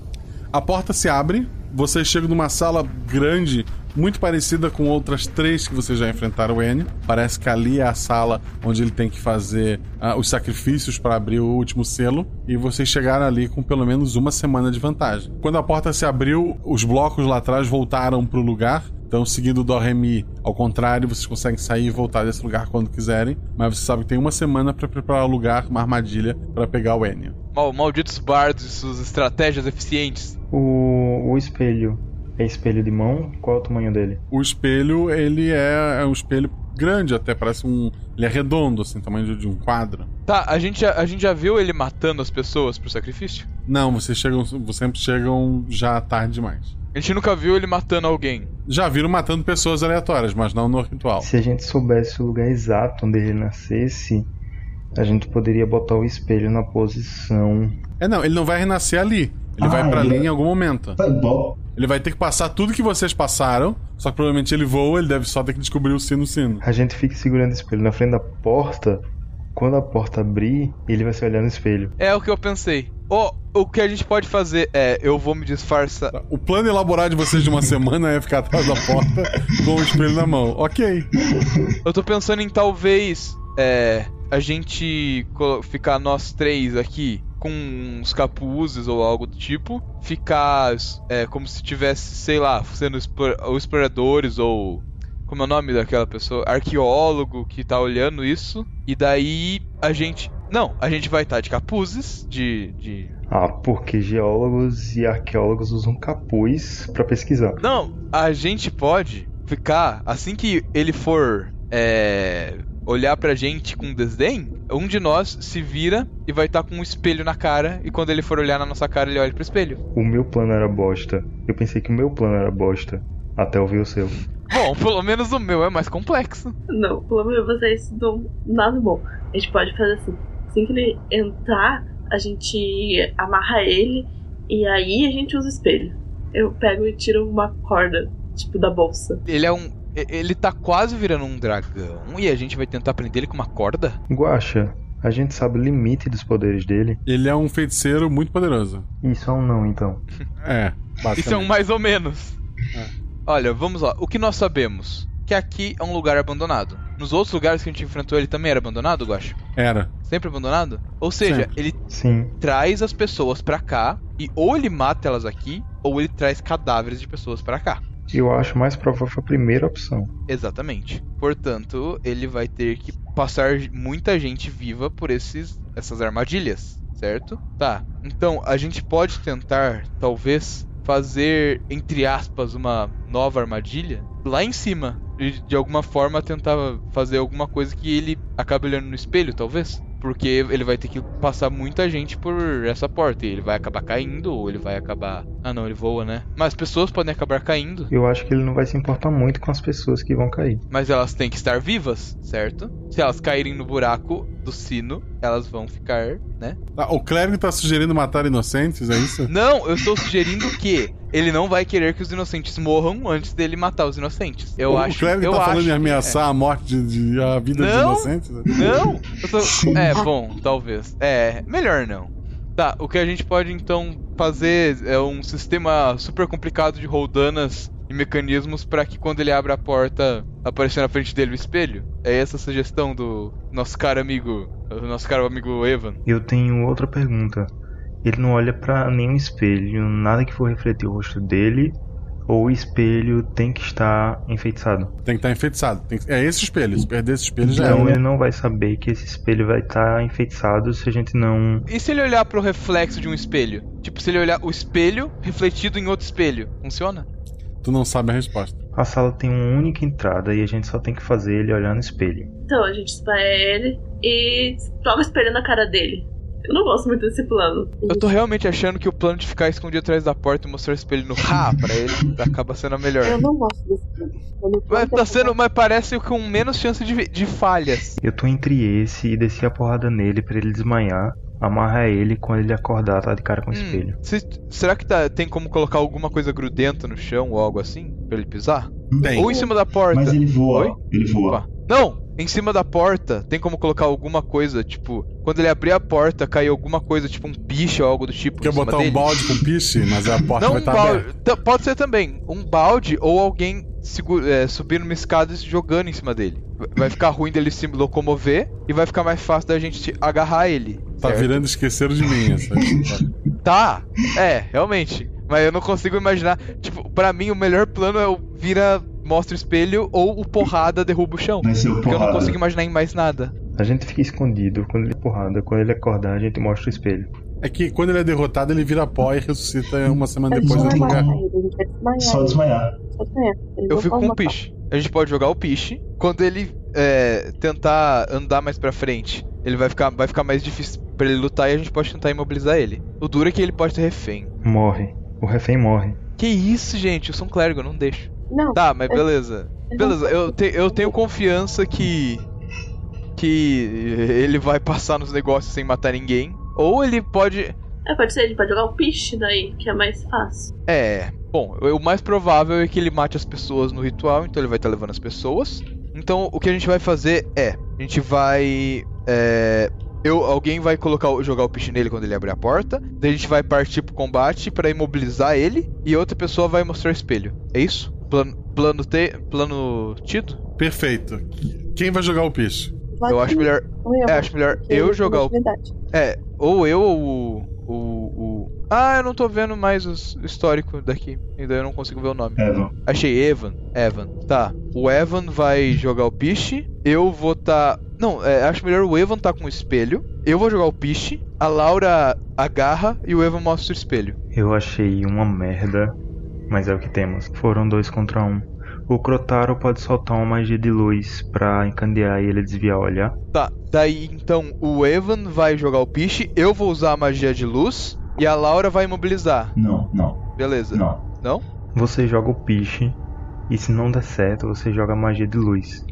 [SPEAKER 1] A porta se abre, vocês chegam numa sala grande, muito parecida com outras três que vocês já enfrentaram o N. Parece que ali é a sala onde ele tem que fazer ah, os sacrifícios para abrir o último selo. E vocês chegaram ali com pelo menos uma semana de vantagem. Quando a porta se abriu, os blocos lá atrás voltaram pro lugar. Então, seguindo o Dó Ré Mi, ao contrário, vocês conseguem sair e voltar desse lugar quando quiserem. Mas você sabe que tem uma semana para preparar o lugar, uma armadilha, para pegar o Enio.
[SPEAKER 3] Mal, malditos bardos e suas estratégias eficientes.
[SPEAKER 17] O, o espelho. É espelho de mão? Qual é o tamanho dele?
[SPEAKER 1] O espelho, ele é, é um espelho grande até, parece um. Ele é redondo, assim, tamanho de, de um quadro.
[SPEAKER 3] Tá, a gente, já- a gente já viu ele matando as pessoas pro sacrifício?
[SPEAKER 1] Não, vocês chegam. Vocês sempre chegam já tarde demais.
[SPEAKER 3] A gente nunca viu ele matando alguém.
[SPEAKER 1] Já viram matando pessoas aleatórias, mas não no ritual.
[SPEAKER 17] Se a gente soubesse o lugar exato onde ele nascesse, a gente poderia botar o espelho na posição.
[SPEAKER 1] É não, ele não vai renascer ali. Ele
[SPEAKER 17] Ah,
[SPEAKER 1] vai pra
[SPEAKER 17] ele-
[SPEAKER 1] ali em algum momento.
[SPEAKER 23] Tá bom.
[SPEAKER 1] Ele vai ter que passar tudo que vocês passaram, só que provavelmente ele voa, ele deve só ter que descobrir o sino-sino.
[SPEAKER 17] A gente fica segurando o espelho na frente da porta. Quando a porta abrir, ele vai se olhar no espelho.
[SPEAKER 3] É o que eu pensei. Ó, o que a gente pode fazer é, eu vou me disfarçar.
[SPEAKER 1] O plano elaborado de vocês de uma semana é ficar atrás da porta com o espelho na mão. Ok.
[SPEAKER 3] Eu tô pensando em talvez é, a gente colo- ficar nós três aqui com uns capuzes ou algo do tipo, ficar é, como se tivesse, sei lá, sendo explor- ou exploradores ou como é o nome daquela pessoa, arqueólogo que tá olhando isso, e daí a gente, não, a gente vai estar de capuzes, de, de
[SPEAKER 17] Ah, porque geólogos e arqueólogos usam capuz pra pesquisar.
[SPEAKER 3] Não, a gente pode ficar assim que ele for é, olhar pra gente com desdém. Um de nós se vira e vai estar com um espelho na cara. E quando ele for olhar na nossa cara, ele olha pro espelho.
[SPEAKER 17] O meu plano era bosta. Eu pensei que o meu plano era bosta. Até ouvir o seu.
[SPEAKER 3] Bom, pelo menos o meu é mais complexo.
[SPEAKER 11] Não, pelo menos vocês não. Nada bom. A gente pode fazer assim. Assim que ele entrar, a gente amarra ele e aí a gente usa o espelho. Eu pego e tiro uma corda, tipo, da bolsa.
[SPEAKER 3] Ele é um. e- Ele tá quase virando um dragão. E a gente vai tentar prender ele com uma corda?
[SPEAKER 17] Guaxa, a gente sabe o limite dos poderes dele.
[SPEAKER 1] Ele é um feiticeiro muito poderoso.
[SPEAKER 17] Isso é um não, então.
[SPEAKER 1] É, basicamente. É.
[SPEAKER 3] Isso é um mais ou menos. Olha, vamos lá. O que nós sabemos? Que aqui é um lugar abandonado. Nos outros lugares que a gente enfrentou, ele também era abandonado, Guacho?
[SPEAKER 1] Era.
[SPEAKER 3] Sempre abandonado? Ou seja,
[SPEAKER 1] Sempre.
[SPEAKER 3] ele
[SPEAKER 17] Sim.
[SPEAKER 3] traz as pessoas pra cá e ou ele mata elas aqui ou ele traz cadáveres de pessoas pra cá.
[SPEAKER 17] Eu acho mais provável a primeira opção.
[SPEAKER 3] Exatamente. Portanto, ele vai ter que passar muita gente viva por esses essas armadilhas, certo? Tá. Então, a gente pode tentar, talvez, fazer entre aspas uma nova armadilha lá em cima e de alguma forma tentar fazer alguma coisa que ele acabe olhando no espelho, talvez. Porque ele vai ter que passar muita gente por essa porta e ele vai acabar caindo ou ele vai acabar Ah não, ele voa, né? Mas as pessoas podem acabar caindo,
[SPEAKER 17] Eu acho que ele não vai se importar muito com as pessoas que vão cair.
[SPEAKER 3] mas elas têm que estar vivas, certo? Se elas caírem no buraco do sino, elas vão ficar, né?
[SPEAKER 1] Ah, o clérigo tá sugerindo matar inocentes, é isso?
[SPEAKER 3] Não, eu estou sugerindo que ele não vai querer que os inocentes morram antes dele matar os inocentes. Eu
[SPEAKER 1] o,
[SPEAKER 3] acho.
[SPEAKER 1] o clérigo
[SPEAKER 3] eu
[SPEAKER 1] tá falando
[SPEAKER 3] acho
[SPEAKER 1] em
[SPEAKER 3] que- é.
[SPEAKER 1] ameaçar a morte de, de- a vida de
[SPEAKER 3] Não,
[SPEAKER 1] inocentes?
[SPEAKER 3] Não! Eu tô- É, bom, talvez. É, melhor não. Tá, o que a gente pode então fazer é um sistema super complicado de roldanas e mecanismos pra que quando ele abre a porta apareça na frente dele o espelho? É essa a sugestão do nosso caro amigo, do nosso caro amigo Evan.
[SPEAKER 17] Eu tenho outra pergunta. Ele não olha pra nenhum espelho, nada que for refletir o rosto dele, ou o espelho tem que estar enfeitiçado.
[SPEAKER 1] Tem que estar enfeitiçado. tem que- É esse espelho. Se perder esse espelho já
[SPEAKER 17] Então
[SPEAKER 1] é.
[SPEAKER 17] ele não vai saber que esse espelho vai estar enfeitiçado se a gente não.
[SPEAKER 3] E se ele olhar pro reflexo de um espelho? Tipo, se ele olhar o espelho refletido em outro espelho, funciona?
[SPEAKER 1] Tu não sabe a resposta.
[SPEAKER 17] A sala tem uma única entrada e a gente só tem que fazer ele olhar no espelho.
[SPEAKER 11] Então a gente espalha ele e toca o espelho na cara dele. Eu não gosto muito desse plano.
[SPEAKER 3] Eu tô realmente achando que o plano de ficar escondido atrás da porta e mostrar o espelho no rá pra ele acaba sendo a melhor.
[SPEAKER 10] Eu não gosto desse plano. Eu não
[SPEAKER 3] Mas tá sendo, mas parece com menos chance de, de
[SPEAKER 23] Um
[SPEAKER 3] falhas.
[SPEAKER 17] Eu tô entre esse e descer a porrada nele pra ele desmanhar, amarrar ele quando ele acordar, tá de cara
[SPEAKER 1] Hum.
[SPEAKER 17] com o espelho.
[SPEAKER 3] Hum, Se- será que tá- tem como colocar alguma coisa grudenta no chão ou algo assim pra ele pisar?
[SPEAKER 23] Tem.
[SPEAKER 3] Ou em cima da porta?
[SPEAKER 23] Mas ele voa,
[SPEAKER 3] Oi?
[SPEAKER 23] ele voa.
[SPEAKER 3] Opa. Não, em cima da porta tem como colocar alguma coisa, tipo, quando ele abrir a porta cair alguma coisa, tipo um piche ou algo do tipo.
[SPEAKER 1] Quer
[SPEAKER 3] em cima
[SPEAKER 1] botar
[SPEAKER 3] dele?
[SPEAKER 1] um balde com piche, mas a porta
[SPEAKER 3] Não
[SPEAKER 1] vai
[SPEAKER 3] um
[SPEAKER 1] estar
[SPEAKER 3] balde.
[SPEAKER 1] aberta.
[SPEAKER 3] Tá- Pode ser também um balde ou alguém segu- é, subir numa escada e se jogando em cima dele. Vai- Vai ficar ruim dele se locomover e vai ficar mais fácil da gente agarrar ele.
[SPEAKER 1] Tá
[SPEAKER 3] certo?
[SPEAKER 1] virando esqueceram de mim essa.
[SPEAKER 3] Tá, é, realmente. Mas eu não consigo imaginar. Tipo, pra mim o melhor plano é o vira, mostra o espelho ou o porrada derruba o chão.
[SPEAKER 17] ser é o
[SPEAKER 3] Porque eu não
[SPEAKER 17] porrada.
[SPEAKER 3] consigo imaginar em mais nada.
[SPEAKER 17] A gente fica escondido quando ele porrada, quando ele acordar a gente mostra o espelho.
[SPEAKER 1] É que quando ele é derrotado, ele vira pó e ressuscita uma
[SPEAKER 11] É
[SPEAKER 1] semana depois
[SPEAKER 10] Só
[SPEAKER 1] no
[SPEAKER 10] desmaiar
[SPEAKER 1] lugar.
[SPEAKER 10] ele, a gente vai desmaiar.
[SPEAKER 1] Só desmaiar.
[SPEAKER 10] Só desmaiar. Ele
[SPEAKER 3] Eu
[SPEAKER 10] não pode
[SPEAKER 3] fico com um o
[SPEAKER 10] matar.
[SPEAKER 3] piche. A gente pode jogar o piche. Quando ele é, tentar andar mais pra frente, ele vai ficar, vai ficar mais difícil pra ele lutar e a gente pode tentar imobilizar ele. O duro é que ele pode ter refém.
[SPEAKER 17] Morre. O refém morre.
[SPEAKER 3] Que isso, gente? Eu sou um clérigo, eu não deixo.
[SPEAKER 10] Não.
[SPEAKER 3] Tá, mas
[SPEAKER 10] é-
[SPEAKER 3] beleza. Beleza, eu, te- eu tenho confiança que. que ele vai passar nos negócios sem matar ninguém. Ou ele pode.
[SPEAKER 11] É, pode ser, ele pode jogar o piche daí, que é mais fácil.
[SPEAKER 3] É. Bom, o mais provável é que ele mate as pessoas no ritual, então ele vai estar levando as pessoas. Então o que a gente vai fazer é. A gente vai. É, eu, alguém vai colocar, o- jogar o piche nele quando ele abrir a porta. Daí a gente vai partir pro combate pra imobilizar ele. E outra pessoa vai mostrar o espelho. É isso? Plano, plano, te, plano tido?
[SPEAKER 1] Perfeito. Quem vai jogar o piche?
[SPEAKER 3] Eu acho melhor.
[SPEAKER 10] Ou eu,
[SPEAKER 3] É, acho melhor
[SPEAKER 10] porque
[SPEAKER 3] eu
[SPEAKER 10] tem
[SPEAKER 3] jogar o.
[SPEAKER 10] oportunidade.
[SPEAKER 3] É, ou eu ou o. o, o... Ah, eu não tô vendo mais os- o histórico daqui. Ainda eu não consigo ver o nome.
[SPEAKER 23] É,
[SPEAKER 17] Evan.
[SPEAKER 3] Achei Evan. Evan. Tá. O Evan vai jogar o piche. Eu vou tá. Não, é, acho melhor o Evan tá com o espelho. Eu vou jogar o piche. A Laura agarra e o Evan mostra o espelho.
[SPEAKER 17] Eu achei uma merda, mas é o que temos. Foram dois contra um. O Crotaro pode soltar uma magia de luz pra encandear e ele desviar o olhar.
[SPEAKER 3] Tá, daí então o Evan vai jogar o piche, eu vou usar a magia de luz e a Laura vai imobilizar.
[SPEAKER 23] Não, não.
[SPEAKER 3] Beleza.
[SPEAKER 23] Não.
[SPEAKER 3] Não?
[SPEAKER 17] Você joga o piche e se não der certo, você joga a magia de luz.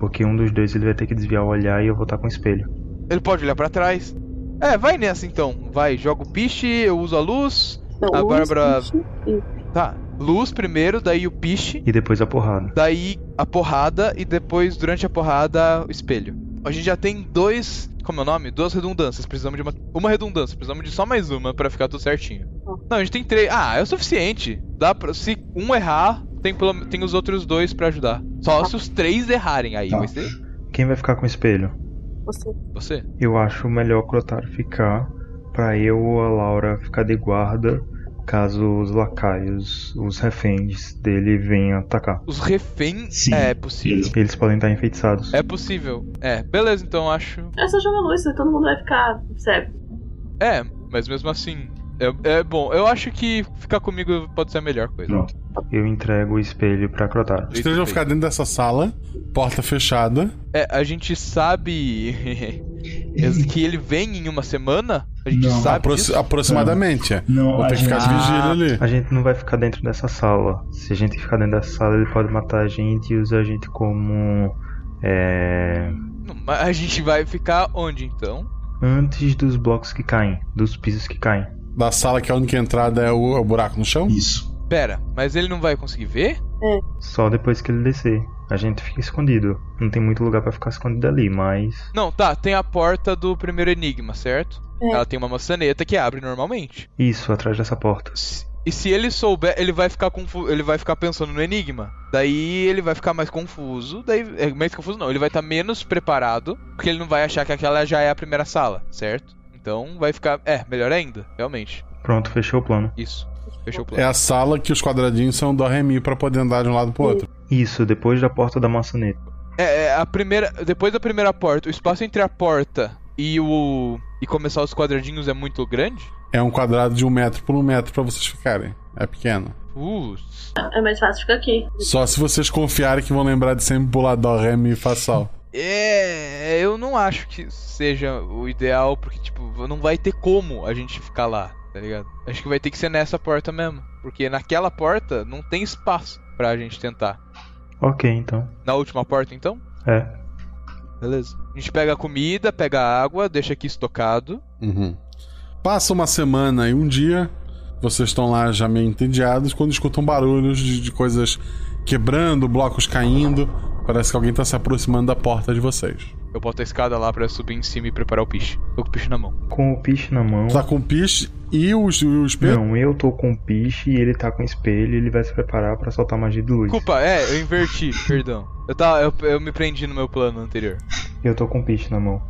[SPEAKER 17] Porque um dos dois ele vai ter que desviar o olhar e eu vou estar com o espelho.
[SPEAKER 3] Ele pode olhar pra trás. É, vai nessa então. Vai, joga o piche, eu uso a luz.
[SPEAKER 10] Não,
[SPEAKER 3] a
[SPEAKER 10] luz,
[SPEAKER 3] Ah, Bárbara.
[SPEAKER 10] piche
[SPEAKER 3] Tá, luz primeiro, daí o piche,
[SPEAKER 17] E depois a porrada.
[SPEAKER 3] daí a porrada e depois, durante a porrada, o espelho. A gente já tem dois. Como é o nome? Duas redundâncias. Precisamos de uma. Uma redundância, precisamos de só mais uma pra ficar tudo certinho. Não, a gente tem três. Ah, é o suficiente. Dá pra... Se um errar, tem, pelo... tem os outros dois pra ajudar. Só se os três errarem aí, vai ser
[SPEAKER 17] Quem vai ficar com o espelho?
[SPEAKER 10] Você.
[SPEAKER 3] você.
[SPEAKER 17] Eu acho melhor o Crotaro ficar pra eu ou a Laura ficar de guarda caso os lacaios, os reféns dele venham atacar.
[SPEAKER 3] Os reféns. É possível.
[SPEAKER 17] Eles podem estar enfeitiçados.
[SPEAKER 3] É possível. É, beleza, então acho.
[SPEAKER 11] É só jogar luz, né? todo mundo vai ficar cego.
[SPEAKER 3] É, mas mesmo assim. É, é bom, eu acho que ficar comigo pode ser a melhor coisa.
[SPEAKER 17] Eu entrego o espelho pra Crotaro.
[SPEAKER 1] Os três vão ficar dentro dessa sala, porta
[SPEAKER 3] Ah,
[SPEAKER 1] fechada.
[SPEAKER 3] É, a gente sabe que ele vem em uma semana? A gente
[SPEAKER 17] Não.
[SPEAKER 3] sabe
[SPEAKER 17] Apro-
[SPEAKER 3] disso?
[SPEAKER 1] aproximadamente. é.
[SPEAKER 17] Não,
[SPEAKER 1] Vou
[SPEAKER 17] a
[SPEAKER 1] ter que
[SPEAKER 17] gente-
[SPEAKER 1] ficar de vigília ali.
[SPEAKER 17] A gente não vai ficar dentro dessa sala. Se a gente ficar dentro dessa sala, ele pode matar a gente e usar a gente como. É,
[SPEAKER 3] Mas a gente vai ficar onde então?
[SPEAKER 17] antes dos blocos que caem, dos pisos que caem.
[SPEAKER 1] Da sala que a única entrada é o, é o buraco no chão?
[SPEAKER 17] Isso.
[SPEAKER 3] Pera, mas ele não vai conseguir ver?
[SPEAKER 17] Só depois que ele descer. A gente fica escondido. Não tem muito lugar pra ficar escondido ali, mas.
[SPEAKER 3] Não, tá, tem a porta do primeiro enigma, certo?
[SPEAKER 17] É.
[SPEAKER 3] Ela tem uma maçaneta que abre normalmente.
[SPEAKER 17] Isso, atrás dessa porta.
[SPEAKER 3] E se ele souber, ele vai ficar confuso, ele vai ficar pensando no enigma. Daí ele vai ficar mais confuso, daí é, mais confuso não, ele vai estar menos preparado, porque ele não vai achar que aquela já é a primeira sala, certo? Então vai ficar, é, melhor ainda, realmente.
[SPEAKER 17] Pronto, fechou o plano.
[SPEAKER 3] Isso. Fechou o plano.
[SPEAKER 1] É a sala que os quadradinhos são do Remi pra poder andar de um lado pro outro.
[SPEAKER 17] Isso, depois da porta da maçaneta.
[SPEAKER 3] É, é, a primeira. Depois da primeira porta, o espaço entre a porta e o. e começar os quadradinhos é muito grande?
[SPEAKER 1] É um quadrado de um metro por um metro pra vocês ficarem. É pequeno.
[SPEAKER 3] Uh,
[SPEAKER 11] É mais fácil ficar aqui.
[SPEAKER 1] Só se vocês confiarem que vão lembrar de sempre pular dó, ré, mi, fá, sol.
[SPEAKER 3] é. Eu não acho que seja o ideal, porque, tipo, não vai ter como a gente ficar lá, tá ligado? Acho que vai ter que ser nessa porta mesmo. Porque naquela porta não tem espaço pra gente tentar.
[SPEAKER 17] Ok, então.
[SPEAKER 3] Na última porta, então?
[SPEAKER 17] É.
[SPEAKER 3] Beleza. A gente pega a comida, pega a água, deixa aqui estocado.
[SPEAKER 1] Uhum. Passa uma semana e um dia, vocês estão lá já meio entediados, quando escutam barulhos de, de coisas quebrando, blocos caindo. Parece que alguém tá se aproximando da porta de vocês.
[SPEAKER 3] Eu boto a escada lá pra subir em cima e preparar o piche. Tô com o piche na mão.
[SPEAKER 17] Com o piche na mão.
[SPEAKER 1] Tá com o piche e o, e o espelho?
[SPEAKER 17] Não, eu tô com o piche e ele tá com o espelho e ele vai se preparar pra soltar magia de luz.
[SPEAKER 3] Desculpa, é, eu inverti, perdão. Eu, tava, eu, eu me prendi no meu plano anterior.
[SPEAKER 17] Eu tô com o piche na mão.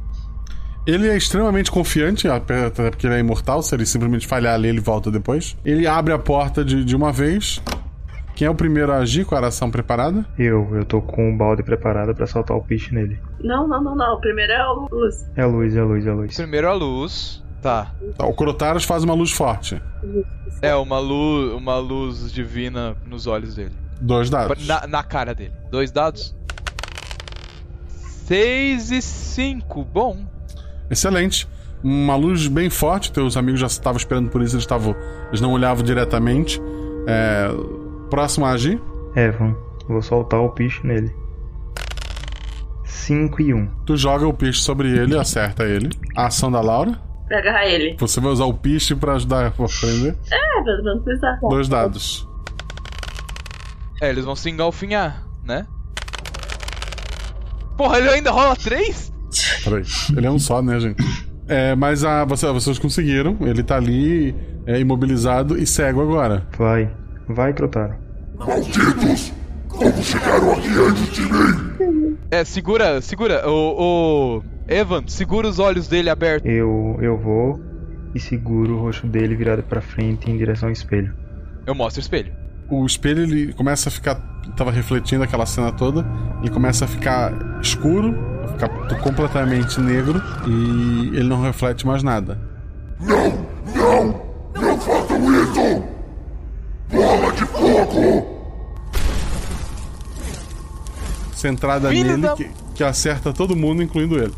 [SPEAKER 1] Ele é extremamente confiante, até até porque ele é imortal. Se ele simplesmente falhar ali, ele volta depois. Ele abre a porta de, de uma vez. Quem é o primeiro a agir com a aração preparada?
[SPEAKER 17] Eu, eu tô com o balde preparado pra soltar o piche nele.
[SPEAKER 11] Não, não, não, não. Primeiro é o Luz.
[SPEAKER 17] É a luz, é a luz, é a luz.
[SPEAKER 3] Primeiro a luz, tá.
[SPEAKER 1] Tá, O Crotaras faz uma luz forte.
[SPEAKER 3] É, uma luz, uma luz divina nos olhos dele.
[SPEAKER 1] Dois dados.
[SPEAKER 3] Na, na cara dele. Dois dados. Seis e cinco, bom.
[SPEAKER 1] Excelente. Uma luz bem forte, teus amigos já estavam esperando por isso, eles, estavam, eles não olhavam diretamente. É, próximo a agir.
[SPEAKER 17] Evan, vou soltar o piche nele. 5 e 1. Um.
[SPEAKER 1] Tu joga o piche sobre ele, acerta ele. A ação da Laura.
[SPEAKER 11] Pra agarrar ele.
[SPEAKER 1] Você vai usar o piche pra ajudar a prender.
[SPEAKER 11] É, pra não precisar.
[SPEAKER 1] Dois dados.
[SPEAKER 3] É, eles vão se engalfinhar, né? Porra, ele ainda rola três?
[SPEAKER 1] Peraí. Ele é um só, né, gente? É, mas a, você- vocês conseguiram. Ele tá ali é, imobilizado e cego agora.
[SPEAKER 17] Vai. Vai, Crotaro.
[SPEAKER 4] Malditos! Como chegaram aqui antes de mim?
[SPEAKER 3] É, segura, segura. O, o Evan, segura os olhos dele abertos.
[SPEAKER 17] Eu, eu vou e seguro o rosto dele virado pra frente em direção ao espelho.
[SPEAKER 3] Eu mostro o espelho.
[SPEAKER 1] O espelho ele começa a ficar. Tava refletindo aquela cena toda. Ele começa a ficar escuro, a ficar t- completamente negro e ele não reflete mais nada.
[SPEAKER 4] Não façam isso! Bola de fogo!
[SPEAKER 1] Centrada
[SPEAKER 4] Filho
[SPEAKER 1] nele,
[SPEAKER 4] da-
[SPEAKER 1] que, que acerta todo mundo, incluindo ele.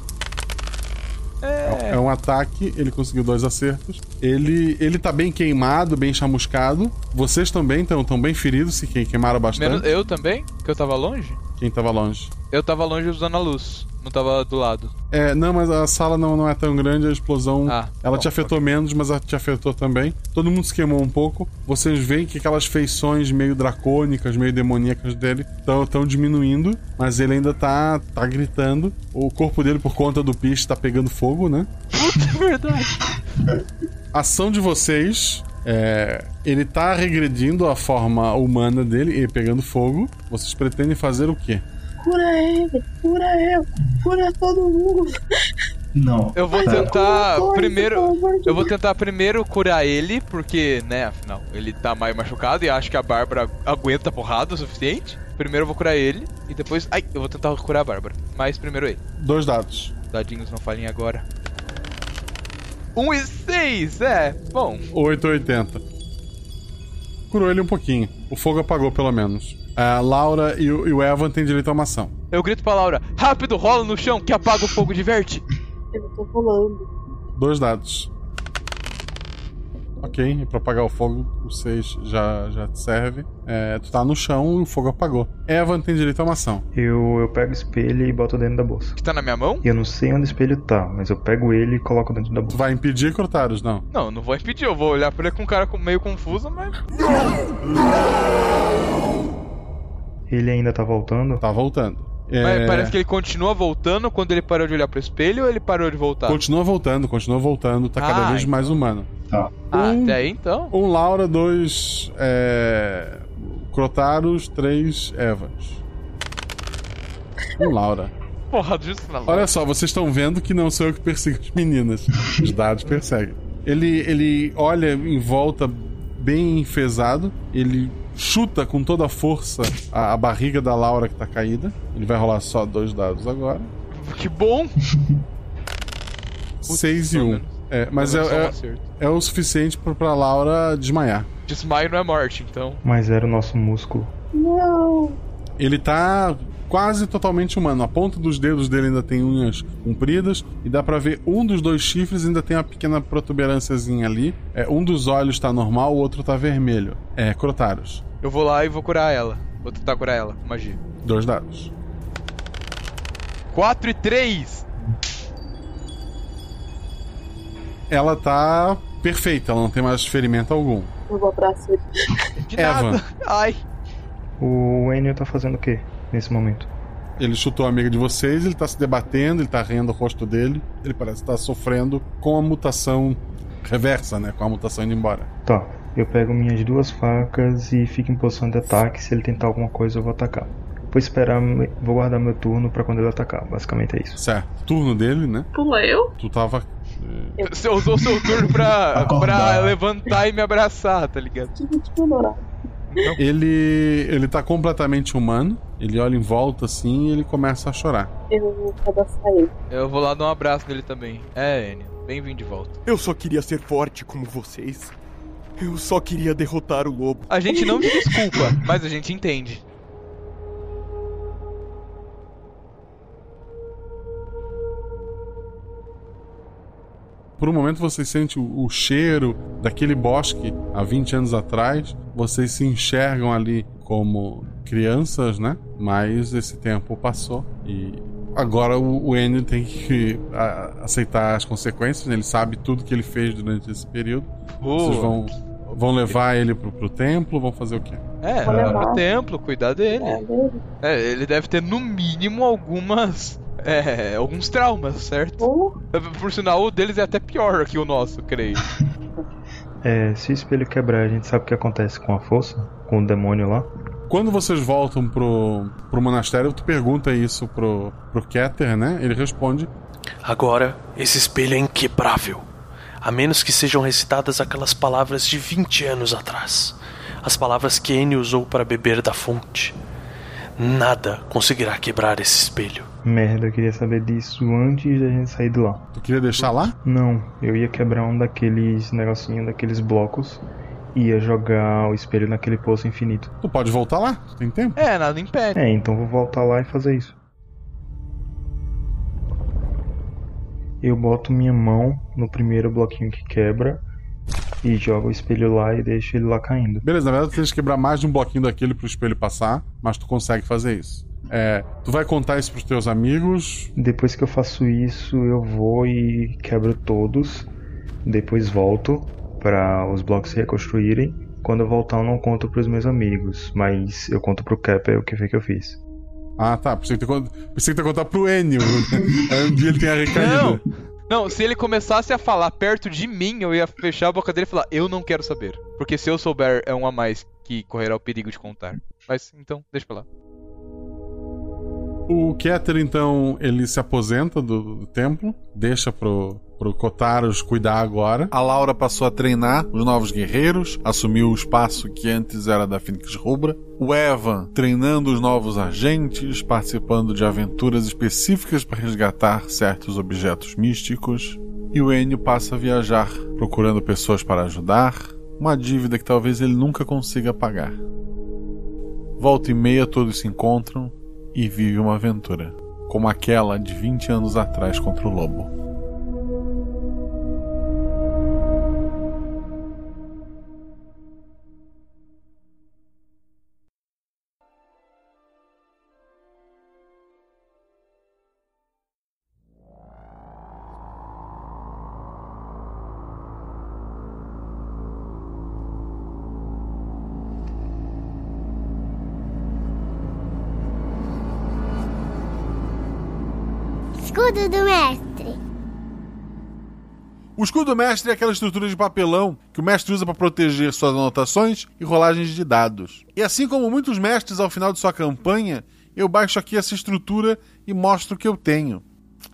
[SPEAKER 1] É um ataque, ele conseguiu dois acertos. Ele, ele tá bem queimado, bem chamuscado. Vocês também estão tão bem feridos, se que- queimaram bastante.
[SPEAKER 3] Menos eu também, que eu tava longe.
[SPEAKER 1] Quem tava longe.
[SPEAKER 3] Eu tava longe usando a luz, não tava do lado.
[SPEAKER 1] É, não, mas a sala não, não é tão grande, a explosão. ela
[SPEAKER 3] Ah, bom,
[SPEAKER 1] te afetou menos, mas ela te afetou também. Todo mundo se queimou um pouco. Vocês veem que aquelas feições meio dracônicas, meio demoníacas dele estão diminuindo, mas ele ainda tá, tá gritando. O corpo dele, por conta do piche, tá pegando fogo, né?
[SPEAKER 3] Puta verdade.
[SPEAKER 1] ação de vocês. é, ele tá regredindo a forma humana dele e pegando fogo. Vocês pretendem fazer o quê?
[SPEAKER 10] Cura ele, cura eu, cura todo mundo.
[SPEAKER 17] Não.
[SPEAKER 3] Eu vou
[SPEAKER 10] Mas eu
[SPEAKER 3] tentar
[SPEAKER 10] como coisa, pelo
[SPEAKER 3] primeiro.
[SPEAKER 10] amor de
[SPEAKER 3] Eu vou tentar primeiro curar ele, porque, né, afinal, ele tá mais machucado e acho que a Bárbara aguenta a porrada o suficiente. Primeiro eu vou curar ele e depois. Ai, eu vou tentar curar a Bárbara. Mas primeiro ele.
[SPEAKER 1] Dois dados.
[SPEAKER 3] Dadinhos não falhem agora. 1 e 6, é. Bom,
[SPEAKER 1] 880. Curou ele um pouquinho. O fogo apagou, pelo menos. A Laura e o, e o Evan têm direito a uma ação.
[SPEAKER 3] eu grito pra Laura: rápido, rola no chão que apaga o fogo de verte.
[SPEAKER 10] Eu tô rolando.
[SPEAKER 1] Dois dados. Ok, e pra apagar o fogo, o 6 já, já te serve. É, tu tá no chão e o fogo apagou. Evan tem direito a uma ação.
[SPEAKER 17] Eu, eu pego o espelho e boto dentro da bolsa.
[SPEAKER 3] Que tá na minha mão?
[SPEAKER 17] E eu não sei onde o espelho tá, mas eu pego ele e coloco dentro da bolsa.
[SPEAKER 1] Tu vai impedir, Cortaros? Não.
[SPEAKER 3] Não, não vou impedir, eu vou olhar pra ele com um cara com- meio confuso, mas.
[SPEAKER 17] Ele ainda tá voltando?
[SPEAKER 1] Tá voltando.
[SPEAKER 3] mas parece que ele continua voltando quando ele parou de olhar pro espelho ou ele parou de voltar?
[SPEAKER 1] Continua voltando, continua voltando, tá cada
[SPEAKER 3] Ah,
[SPEAKER 1] vez mais humano. Tá.
[SPEAKER 3] Ah, até aí então?
[SPEAKER 1] Um Laura, dois é... Crotaros, três Evans. Um Laura.
[SPEAKER 3] Porra, justo na
[SPEAKER 1] Olha só, vocês estão vendo que não sou eu que persigo as meninas. Os dados perseguem. Ele, ele olha em volta bem enfesado, ele chuta com toda a força a, a barriga da Laura que tá caída. Ele vai rolar só dois dados agora.
[SPEAKER 3] Que bom!
[SPEAKER 1] 6 e 1. Um. É, mas é,
[SPEAKER 3] Pelo menos só um
[SPEAKER 1] é,
[SPEAKER 3] acerto.
[SPEAKER 1] é o suficiente pra, pra Laura desmaiar.
[SPEAKER 3] Desmaio não é morte, então.
[SPEAKER 17] Mas era o nosso músculo.
[SPEAKER 24] Não.
[SPEAKER 1] Ele tá quase totalmente humano. A ponta dos dedos dele ainda tem unhas compridas e dá pra ver um dos dois chifres ainda tem uma pequena protuberânciazinha ali. É, um dos olhos tá normal, o outro tá vermelho. É, Crotaros.
[SPEAKER 3] Eu vou lá e vou curar ela. Vou tentar curar ela, com magia.
[SPEAKER 1] Dois dados.
[SPEAKER 3] 4 e 3!
[SPEAKER 1] Ela tá perfeita, ela não tem mais ferimento algum.
[SPEAKER 11] Eu vou abraçar ele.
[SPEAKER 1] Evan,
[SPEAKER 3] Ai.
[SPEAKER 17] O Enio tá fazendo o quê nesse momento?
[SPEAKER 1] ele chutou a amiga de vocês, ele tá se debatendo, ele tá rindo o rosto dele. Ele parece estar sofrendo com a mutação reversa, né? Com a mutação indo embora.
[SPEAKER 17] Tá, eu pego minhas duas facas e fico em posição de ataque. Se ele tentar alguma coisa, eu vou atacar. Vou esperar, me- vou guardar meu turno pra quando ele atacar. Basicamente é isso.
[SPEAKER 1] Certo. Turno dele, né?
[SPEAKER 11] Pula eu?
[SPEAKER 1] Tu tava
[SPEAKER 3] Você usou seu turno pra, pra levantar e me abraçar, tá ligado?
[SPEAKER 1] Ele, ele tá completamente humano. Ele olha em volta assim e ele começa a chorar.
[SPEAKER 11] Eu vou abraçar ele.
[SPEAKER 3] Eu vou lá dar um abraço nele também. É, Enio, bem-vindo de volta.
[SPEAKER 25] Eu só queria ser forte como vocês. Eu só queria derrotar o lobo.
[SPEAKER 3] A gente não te desculpa, mas a gente entende.
[SPEAKER 1] Por um momento vocês sentem o, o cheiro daquele bosque há 20 anos atrás. Vocês se enxergam ali como crianças, né? Mas esse tempo passou e agora o, o Enio tem que a- aceitar as consequências. né? Ele sabe tudo que ele fez durante esse período. Vocês vão, vão levar ele pro, pro templo? Vão fazer o quê?
[SPEAKER 3] É,
[SPEAKER 1] Vou
[SPEAKER 3] vai
[SPEAKER 1] levar.
[SPEAKER 3] pro templo, cuidar dele.
[SPEAKER 10] Tá
[SPEAKER 3] É, ele deve ter no mínimo algumas. É, alguns traumas, certo? Por sinal, o deles é até pior que o nosso, creio.
[SPEAKER 17] É, se o espelho quebrar, a gente sabe o que acontece com a força? Com o demônio lá?
[SPEAKER 1] Quando vocês voltam pro, pro monastério, tu pergunta isso pro, pro Keter, né? Ele responde.
[SPEAKER 16] Agora, esse espelho é inquebrável. A menos que sejam recitadas aquelas palavras de 20 anos atrás. As palavras que N usou para beber da fonte. Nada conseguirá quebrar esse espelho.
[SPEAKER 17] Merda, eu queria saber disso antes da gente sair de lá.
[SPEAKER 1] Tu queria deixar lá?
[SPEAKER 17] Não, eu ia quebrar um daqueles negocinho, daqueles blocos. e Ia jogar o espelho naquele poço infinito.
[SPEAKER 1] Tu pode voltar lá? Tu tem tempo?
[SPEAKER 3] É, nada impede.
[SPEAKER 17] É, então vou voltar lá e fazer isso. Eu boto minha mão no primeiro bloquinho que quebra e jogo o espelho lá e deixo ele lá caindo.
[SPEAKER 1] Beleza, na verdade tu tens que quebrar mais de um bloquinho daquele pro espelho passar, mas tu consegue fazer isso. É, tu vai contar isso pros teus amigos.
[SPEAKER 17] Depois que eu faço isso, eu vou e quebro todos. Depois volto para os blocos se reconstruírem. Quando eu voltar, eu não conto pros meus amigos, mas eu conto pro Kepper o que foi que eu fiz.
[SPEAKER 1] Ah, tá. Pensei que tu ia cont- pensei que tu ia contar pro Enio. Aí um dia ele tem a recaída.
[SPEAKER 3] Não, se ele começasse a falar perto de mim, eu ia fechar a boca dele e falar, eu não quero saber. Porque se eu souber, é um a mais que correrá o perigo de contar. Mas então, deixa pra lá.
[SPEAKER 1] O Keter, então, ele se aposenta do, do templo, deixa pro, pro Kotaros cuidar agora. A Laura passou a treinar os novos guerreiros, assumiu o espaço que antes era da Phoenix Rubra. O Evan treinando os novos agentes, participando de aventuras específicas para resgatar certos objetos místicos. E o Enio passa a viajar, procurando pessoas para ajudar, uma dívida que talvez ele nunca consiga pagar. Volta e meia todos se encontram e vive uma aventura, como aquela de 20 anos atrás contra o lobo.
[SPEAKER 26] escudo do mestre.
[SPEAKER 1] O escudo do mestre é aquela estrutura de papelão que o mestre usa para proteger suas anotações e rolagens de dados. E assim como muitos mestres ao final de sua campanha, eu baixo aqui essa estrutura e mostro o que eu tenho.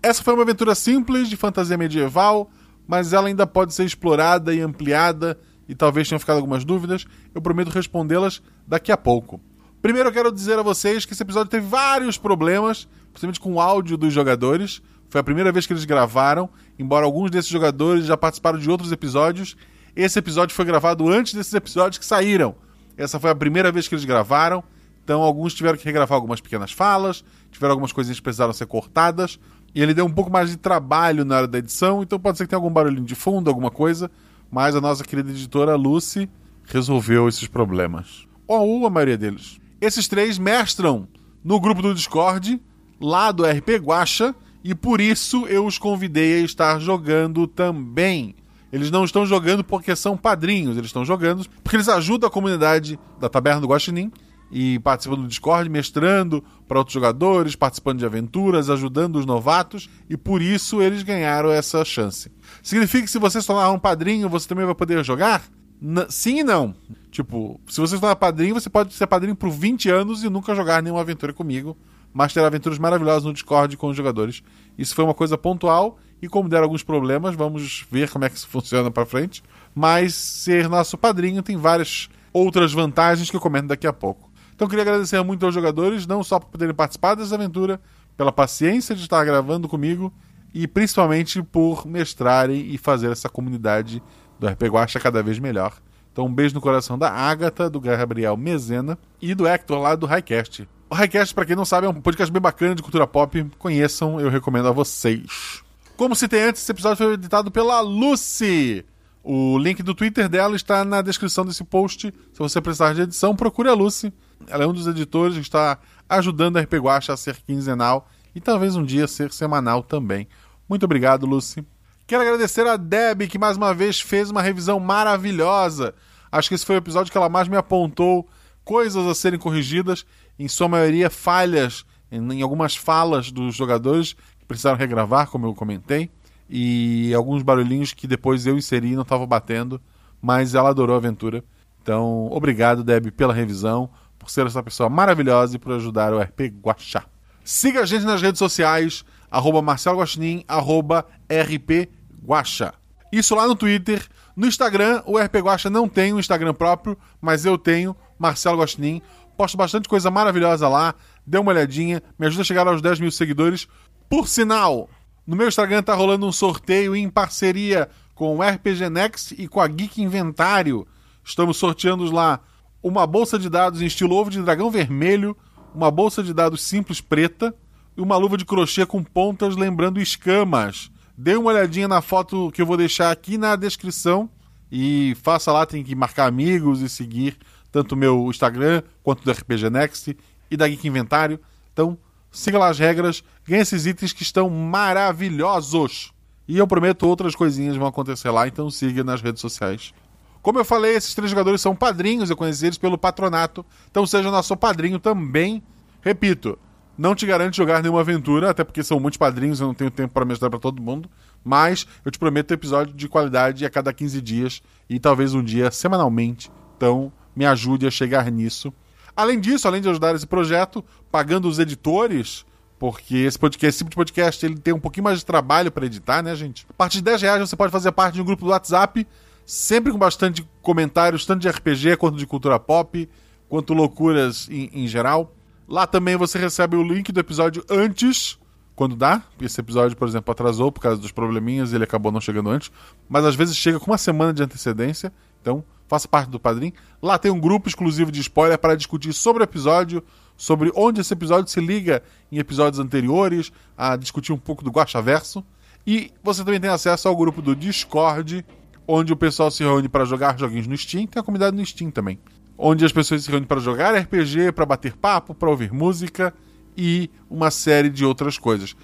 [SPEAKER 1] Essa foi uma aventura simples de fantasia medieval, mas ela ainda pode ser explorada e ampliada, e talvez tenham ficado algumas dúvidas. Eu prometo respondê-las daqui a pouco. Primeiro eu quero dizer a vocês que esse episódio teve vários problemas, principalmente com o áudio dos jogadores. Foi a primeira vez que eles gravaram, embora alguns desses jogadores já participaram de outros episódios. Esse episódio foi gravado antes desses episódios que saíram. Essa foi a primeira vez que eles gravaram. Então, alguns tiveram que regravar algumas pequenas falas, tiveram algumas coisinhas que precisaram ser cortadas, e ele deu um pouco mais de trabalho na hora da edição, então pode ser que tenha algum barulhinho de fundo, alguma coisa, mas a nossa querida editora Lucy resolveu esses problemas. Ou a maioria deles. Esses três mestram no grupo do Discord, lá do RP Guacha, e por isso eu os convidei a estar jogando também. Eles não estão jogando porque são padrinhos, eles estão jogando porque eles ajudam a comunidade da Taberna do Guaxinim e participando do Discord, mestrando para outros jogadores, participando de aventuras, ajudando os novatos, e por isso eles ganharam essa chance. Significa que se você se tornar um padrinho, você também vai poder jogar? N- Sim e não. Tipo, se você se tornar padrinho, você pode ser padrinho por 20 anos e nunca jogar nenhuma aventura comigo, mas terá aventuras maravilhosas no Discord com os jogadores. Isso foi uma coisa pontual, e como deram alguns problemas, vamos ver como é que isso funciona para frente. Mas ser nosso padrinho tem várias outras vantagens que eu comento daqui a pouco. Então queria agradecer muito aos jogadores, não só por poderem participar dessa aventura, pela paciência de estar gravando comigo e principalmente por mestrarem e fazer essa comunidade do RPG Guacha cada vez melhor. Então um beijo no coração da Ágata, do Gabriel Mezena e do Hector lá do Highcast. O Highcast, para quem não sabe, é um podcast bem bacana de cultura pop. Conheçam, eu recomendo a vocês. Como citei antes, esse episódio foi editado pela Lucy. O link do Twitter dela está na descrição desse post. Se você precisar de edição, procure a Lucy. Ela é um dos editores que está ajudando a RP Guacha a ser quinzenal e talvez um dia ser semanal também. Muito obrigado, Lucy. Quero agradecer a Deb, que mais uma vez fez uma revisão maravilhosa. Acho que esse foi o episódio que ela mais me apontou coisas a serem corrigidas, em sua maioria falhas em algumas falas dos jogadores que precisaram regravar, como eu comentei, e alguns barulhinhos que depois eu inseri e não estava batendo, mas ela adorou a aventura. Então, obrigado, Deb, pela revisão por ser essa pessoa maravilhosa e por ajudar o RP Guaxá. Siga a gente nas redes sociais, arroba Marcelo Guaxinim, arroba RP Guaxa. Isso lá no Twitter. No Instagram, o RP Guaxa não tem um Instagram próprio, mas eu tenho, Marcelo Guaxinim. Posto bastante coisa maravilhosa lá, dê uma olhadinha, me ajuda a chegar aos 10 mil seguidores. Por sinal, no meu Instagram tá rolando um sorteio em parceria com o RPG Next e com a Geek Inventário. Estamos sorteando lá uma bolsa de dados em estilo ovo de dragão vermelho, uma bolsa de dados simples preta e uma luva de crochê com pontas lembrando escamas. Dê uma olhadinha na foto que eu vou deixar aqui na descrição e faça lá, tem que marcar amigos e seguir tanto o meu Instagram quanto do RPG Next e da Geek Inventário. Então, siga lá as regras, ganhe esses itens que estão maravilhosos. E eu prometo outras coisinhas vão acontecer lá, então siga nas redes sociais. Como eu falei, esses três jogadores são padrinhos, eu conheci eles pelo patronato, então seja nosso padrinho também. Repito, não te garanto jogar nenhuma aventura, até porque são muitos padrinhos, eu não tenho tempo para mestrar para todo mundo, mas eu te prometo episódio de qualidade a cada 15 dias e talvez um dia semanalmente. Então, me ajude a chegar nisso. Além disso, além de ajudar esse projeto, pagando os editores, porque esse podcast, esse tipo de podcast, ele tem um pouquinho mais de trabalho para editar, né, gente? A partir de 10 reais você pode fazer parte de um grupo do WhatsApp sempre com bastante comentários, tanto de RPG quanto de cultura pop, quanto loucuras em, em, geral. Lá também você recebe o link do episódio antes, quando dá. Esse episódio, por exemplo, atrasou por causa dos probleminhas e ele acabou não chegando antes. Mas às vezes chega com uma semana de antecedência. Então, faça parte do Padrim. Lá tem um grupo exclusivo de spoiler para discutir sobre o episódio, sobre onde esse episódio se liga em episódios anteriores, a discutir um pouco do Guaxaverso. E você também tem acesso ao grupo do Discord, onde o pessoal se reúne para jogar joguinhos no Steam, tem a comunidade no Steam também, onde as pessoas se reúnem para jogar RPG, para bater papo, para ouvir música e uma série de outras coisas.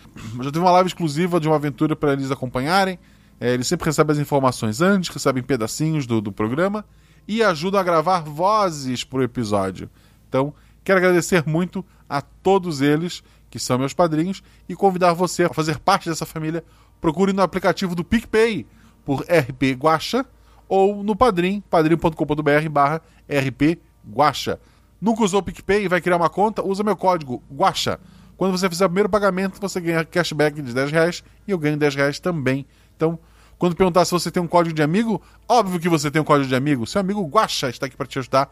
[SPEAKER 1] Já teve uma live exclusiva de uma aventura para eles acompanharem. É, eles sempre recebem as informações antes, recebem pedacinhos do, do programa e ajudam a gravar vozes pro episódio. Então, Quero agradecer muito a todos eles que são meus padrinhos e convidar você a fazer parte dessa família. Procure no aplicativo do PicPay por RP Guacha ou no Padrim, padrim.com.br barra RP Guacha. Nunca usou o PicPay e vai criar uma conta? Usa meu código Guacha. Quando você fizer o primeiro pagamento, você ganha cashback de 10 reais e eu ganho 10 reais também. Então, quando perguntar se você tem um código de amigo, óbvio que você tem um código de amigo. Seu amigo Guaxa está aqui para te ajudar.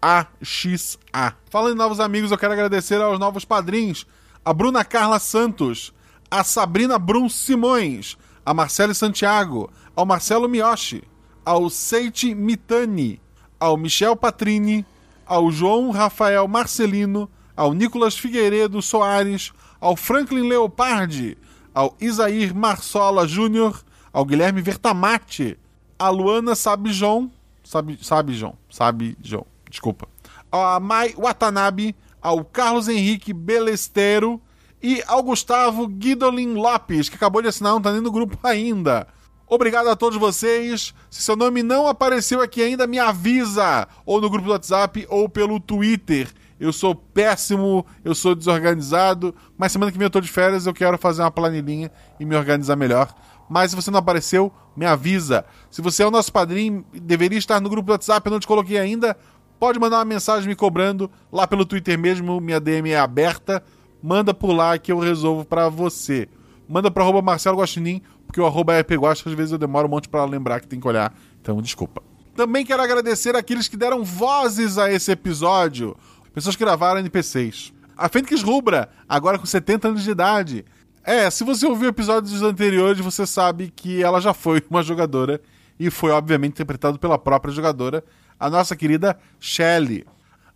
[SPEAKER 1] G-U-A-X-A. Falando em novos amigos, eu quero agradecer aos novos padrinhos: a Bruna Carla Santos, a Sabrina Brum Simões, a Marcelo Santiago, ao Marcelo Mioshi, ao Seite Mitani, ao Michel Patrini, ao João Rafael Marcelino, ao Nicolas Figueiredo Soares, ao Franklin Leopardi, ao Isair Marsola Júnior, ao Guilherme Vertamati, a Luana Sabijon, sabe, sabe João, sabe João, desculpa, a Mai Watanabe, ao Carlos Henrique Belesteiro e ao Gustavo Guidolin Lopes, que acabou de assinar, não tá nem no grupo ainda. Obrigado a todos vocês. Se seu nome não apareceu aqui ainda, me avisa, ou no grupo do WhatsApp ou pelo Twitter eu sou péssimo, eu sou desorganizado, mas semana que vem eu tô de férias, eu quero fazer uma planilhinha e me organizar melhor. Mas se você não apareceu, me avisa. Se você é o nosso padrinho, deveria estar no grupo do WhatsApp, eu não te coloquei ainda, pode mandar uma mensagem me cobrando lá pelo Twitter mesmo, minha DM é aberta, manda por lá que eu resolvo para você. Manda para arroba Marcelo Guaxinim, porque o arroba é pegosta, às vezes eu demoro um monte para lembrar que tem que olhar, então desculpa. Também quero agradecer aqueles que deram vozes a esse episódio pessoas que gravaram NPCs. A Fênix Rubra, agora com 70 anos de idade. É, se você ouviu episódios anteriores, você sabe que ela já foi uma jogadora e foi, obviamente, interpretado pela própria jogadora, a nossa querida Shelley.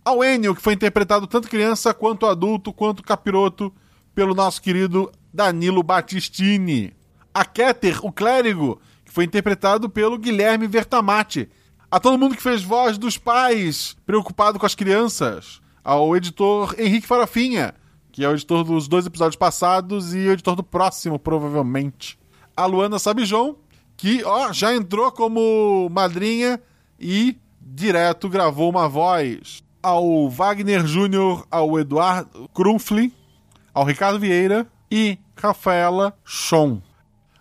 [SPEAKER 1] Ao Enio, que foi interpretado tanto criança quanto adulto, quanto capiroto, pelo nosso querido Danilo Battistini. A Keter, o clérigo, que foi interpretado pelo Guilherme Vertamati. A todo mundo que fez voz dos pais, preocupado com as crianças ao editor Henrique Farofinha, que é o editor dos dois episódios passados e o editor do próximo, provavelmente. A Luana Sabijon, que ó, já entrou como madrinha e direto gravou uma voz. Ao Wagner Júnior, ao Eduardo Krumfli, ao Ricardo Vieira e Rafaela Schon.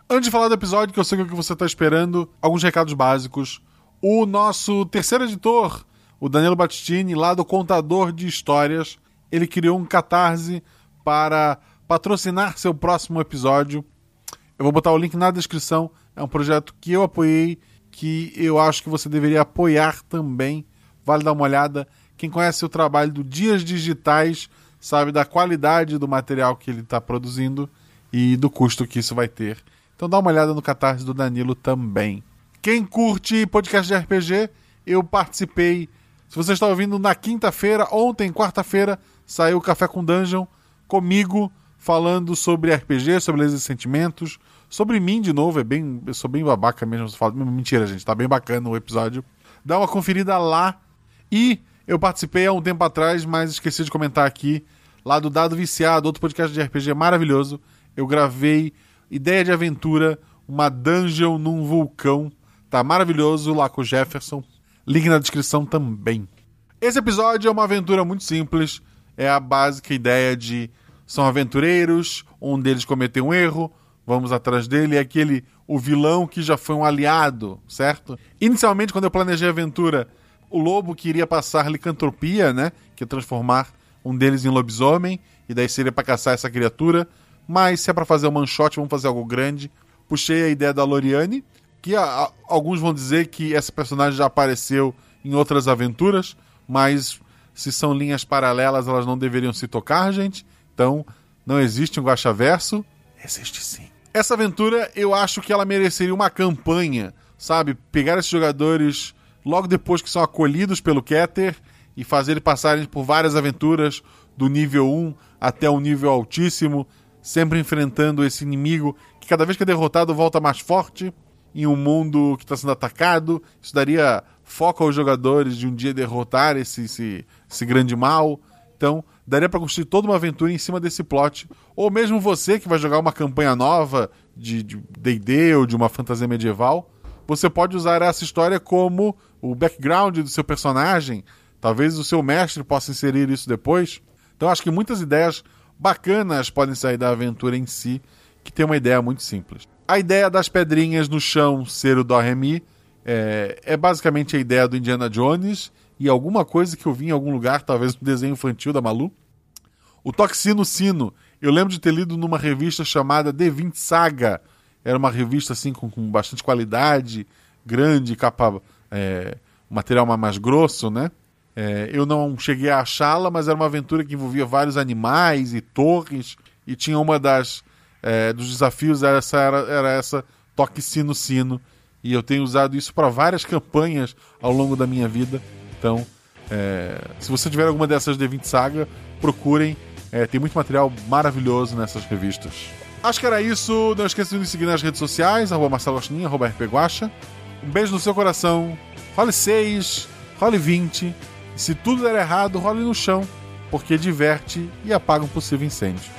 [SPEAKER 1] Antes de falar do episódio, que eu sei que você está esperando, alguns recados básicos. O nosso terceiro editor, o Danilo Battistini, lá do Contador de Histórias. Ele criou um catarse para patrocinar seu próximo episódio. Eu vou botar o link na descrição. É um projeto que eu apoiei, que eu acho que você deveria apoiar também. Vale dar uma olhada. Quem conhece o trabalho do Dias Digitais sabe da qualidade do material que ele está produzindo e do custo que isso vai ter. Então dá uma olhada no catarse do Danilo também. Quem curte podcast de RPG, eu participei se você está ouvindo na quinta-feira, ontem, quarta-feira, saiu o Café com Dungeon comigo, falando sobre RPG, sobre leis e sentimentos, sobre mim de novo, é bem, eu sou bem babaca mesmo, falo, mentira, gente, tá bem bacana o episódio. Dá uma conferida lá. E eu participei há um tempo atrás, mas esqueci de comentar aqui, lá do Dado Viciado, outro podcast de RPG maravilhoso. Eu gravei Ideia de Aventura, uma dungeon num vulcão. Tá maravilhoso lá com o Jefferson, Link na descrição também. Esse episódio é uma aventura muito simples. É a básica ideia de são aventureiros, um deles cometeu um erro, vamos atrás dele, é aquele o vilão que já foi um aliado, certo? Inicialmente, quando eu planejei a aventura, o lobo queria passar licantropia, né, que é transformar um deles em lobisomem, e daí seria para caçar essa criatura, mas se é para fazer um manchote, vamos fazer algo grande. Puxei a ideia da Loriane, que a, a, alguns vão dizer que essa personagem já apareceu em outras aventuras, mas se são linhas paralelas, elas não deveriam se tocar, gente. Então, não existe um guaxaverso. Existe sim. Essa aventura, eu acho que ela mereceria uma campanha, sabe? Pegar esses jogadores logo depois que são acolhidos pelo Keter e fazer eles passarem por várias aventuras do nível 1 até um nível altíssimo, sempre enfrentando esse inimigo que cada vez que é derrotado volta mais forte em um mundo que está sendo atacado. Isso daria foco aos jogadores de um dia derrotar esse, esse, esse grande mal. Então, daria para construir toda uma aventura em cima desse plot. Ou mesmo você que vai jogar uma campanha nova de DD ou de uma fantasia medieval, você pode usar essa história como o background do seu personagem, Talvez o seu mestre possa inserir isso depois. Então acho que muitas ideias bacanas podem sair da aventura em si, que tem uma ideia muito simples. A ideia das pedrinhas no chão ser o Dó Ré Mi é, é basicamente a ideia do Indiana Jones e alguma coisa que eu vi em algum lugar, talvez no desenho infantil da Malu. O Toxino Sino, eu lembro de ter lido numa revista chamada D20 Saga. Era uma revista assim com, com bastante qualidade, grande, capa. É, material mais grosso, né? É, eu não cheguei a achá-la, mas era uma aventura que envolvia vários animais e torres, e tinha uma das é, dos desafios era essa era, era essa toque sino sino, e eu tenho usado isso para várias campanhas ao longo da minha vida. Então, é, se você tiver alguma dessas D20 Saga, procurem. É, tem muito material maravilhoso nessas revistas. Acho que era isso. Não esqueça de me seguir nas redes sociais, arroba Marcelo Achininha, arroba RP Guacha. Um beijo no seu coração. Role 6, role 20, se tudo der errado, role no chão, porque diverte e apaga um possível incêndio.
[SPEAKER 11] um
[SPEAKER 16] eh,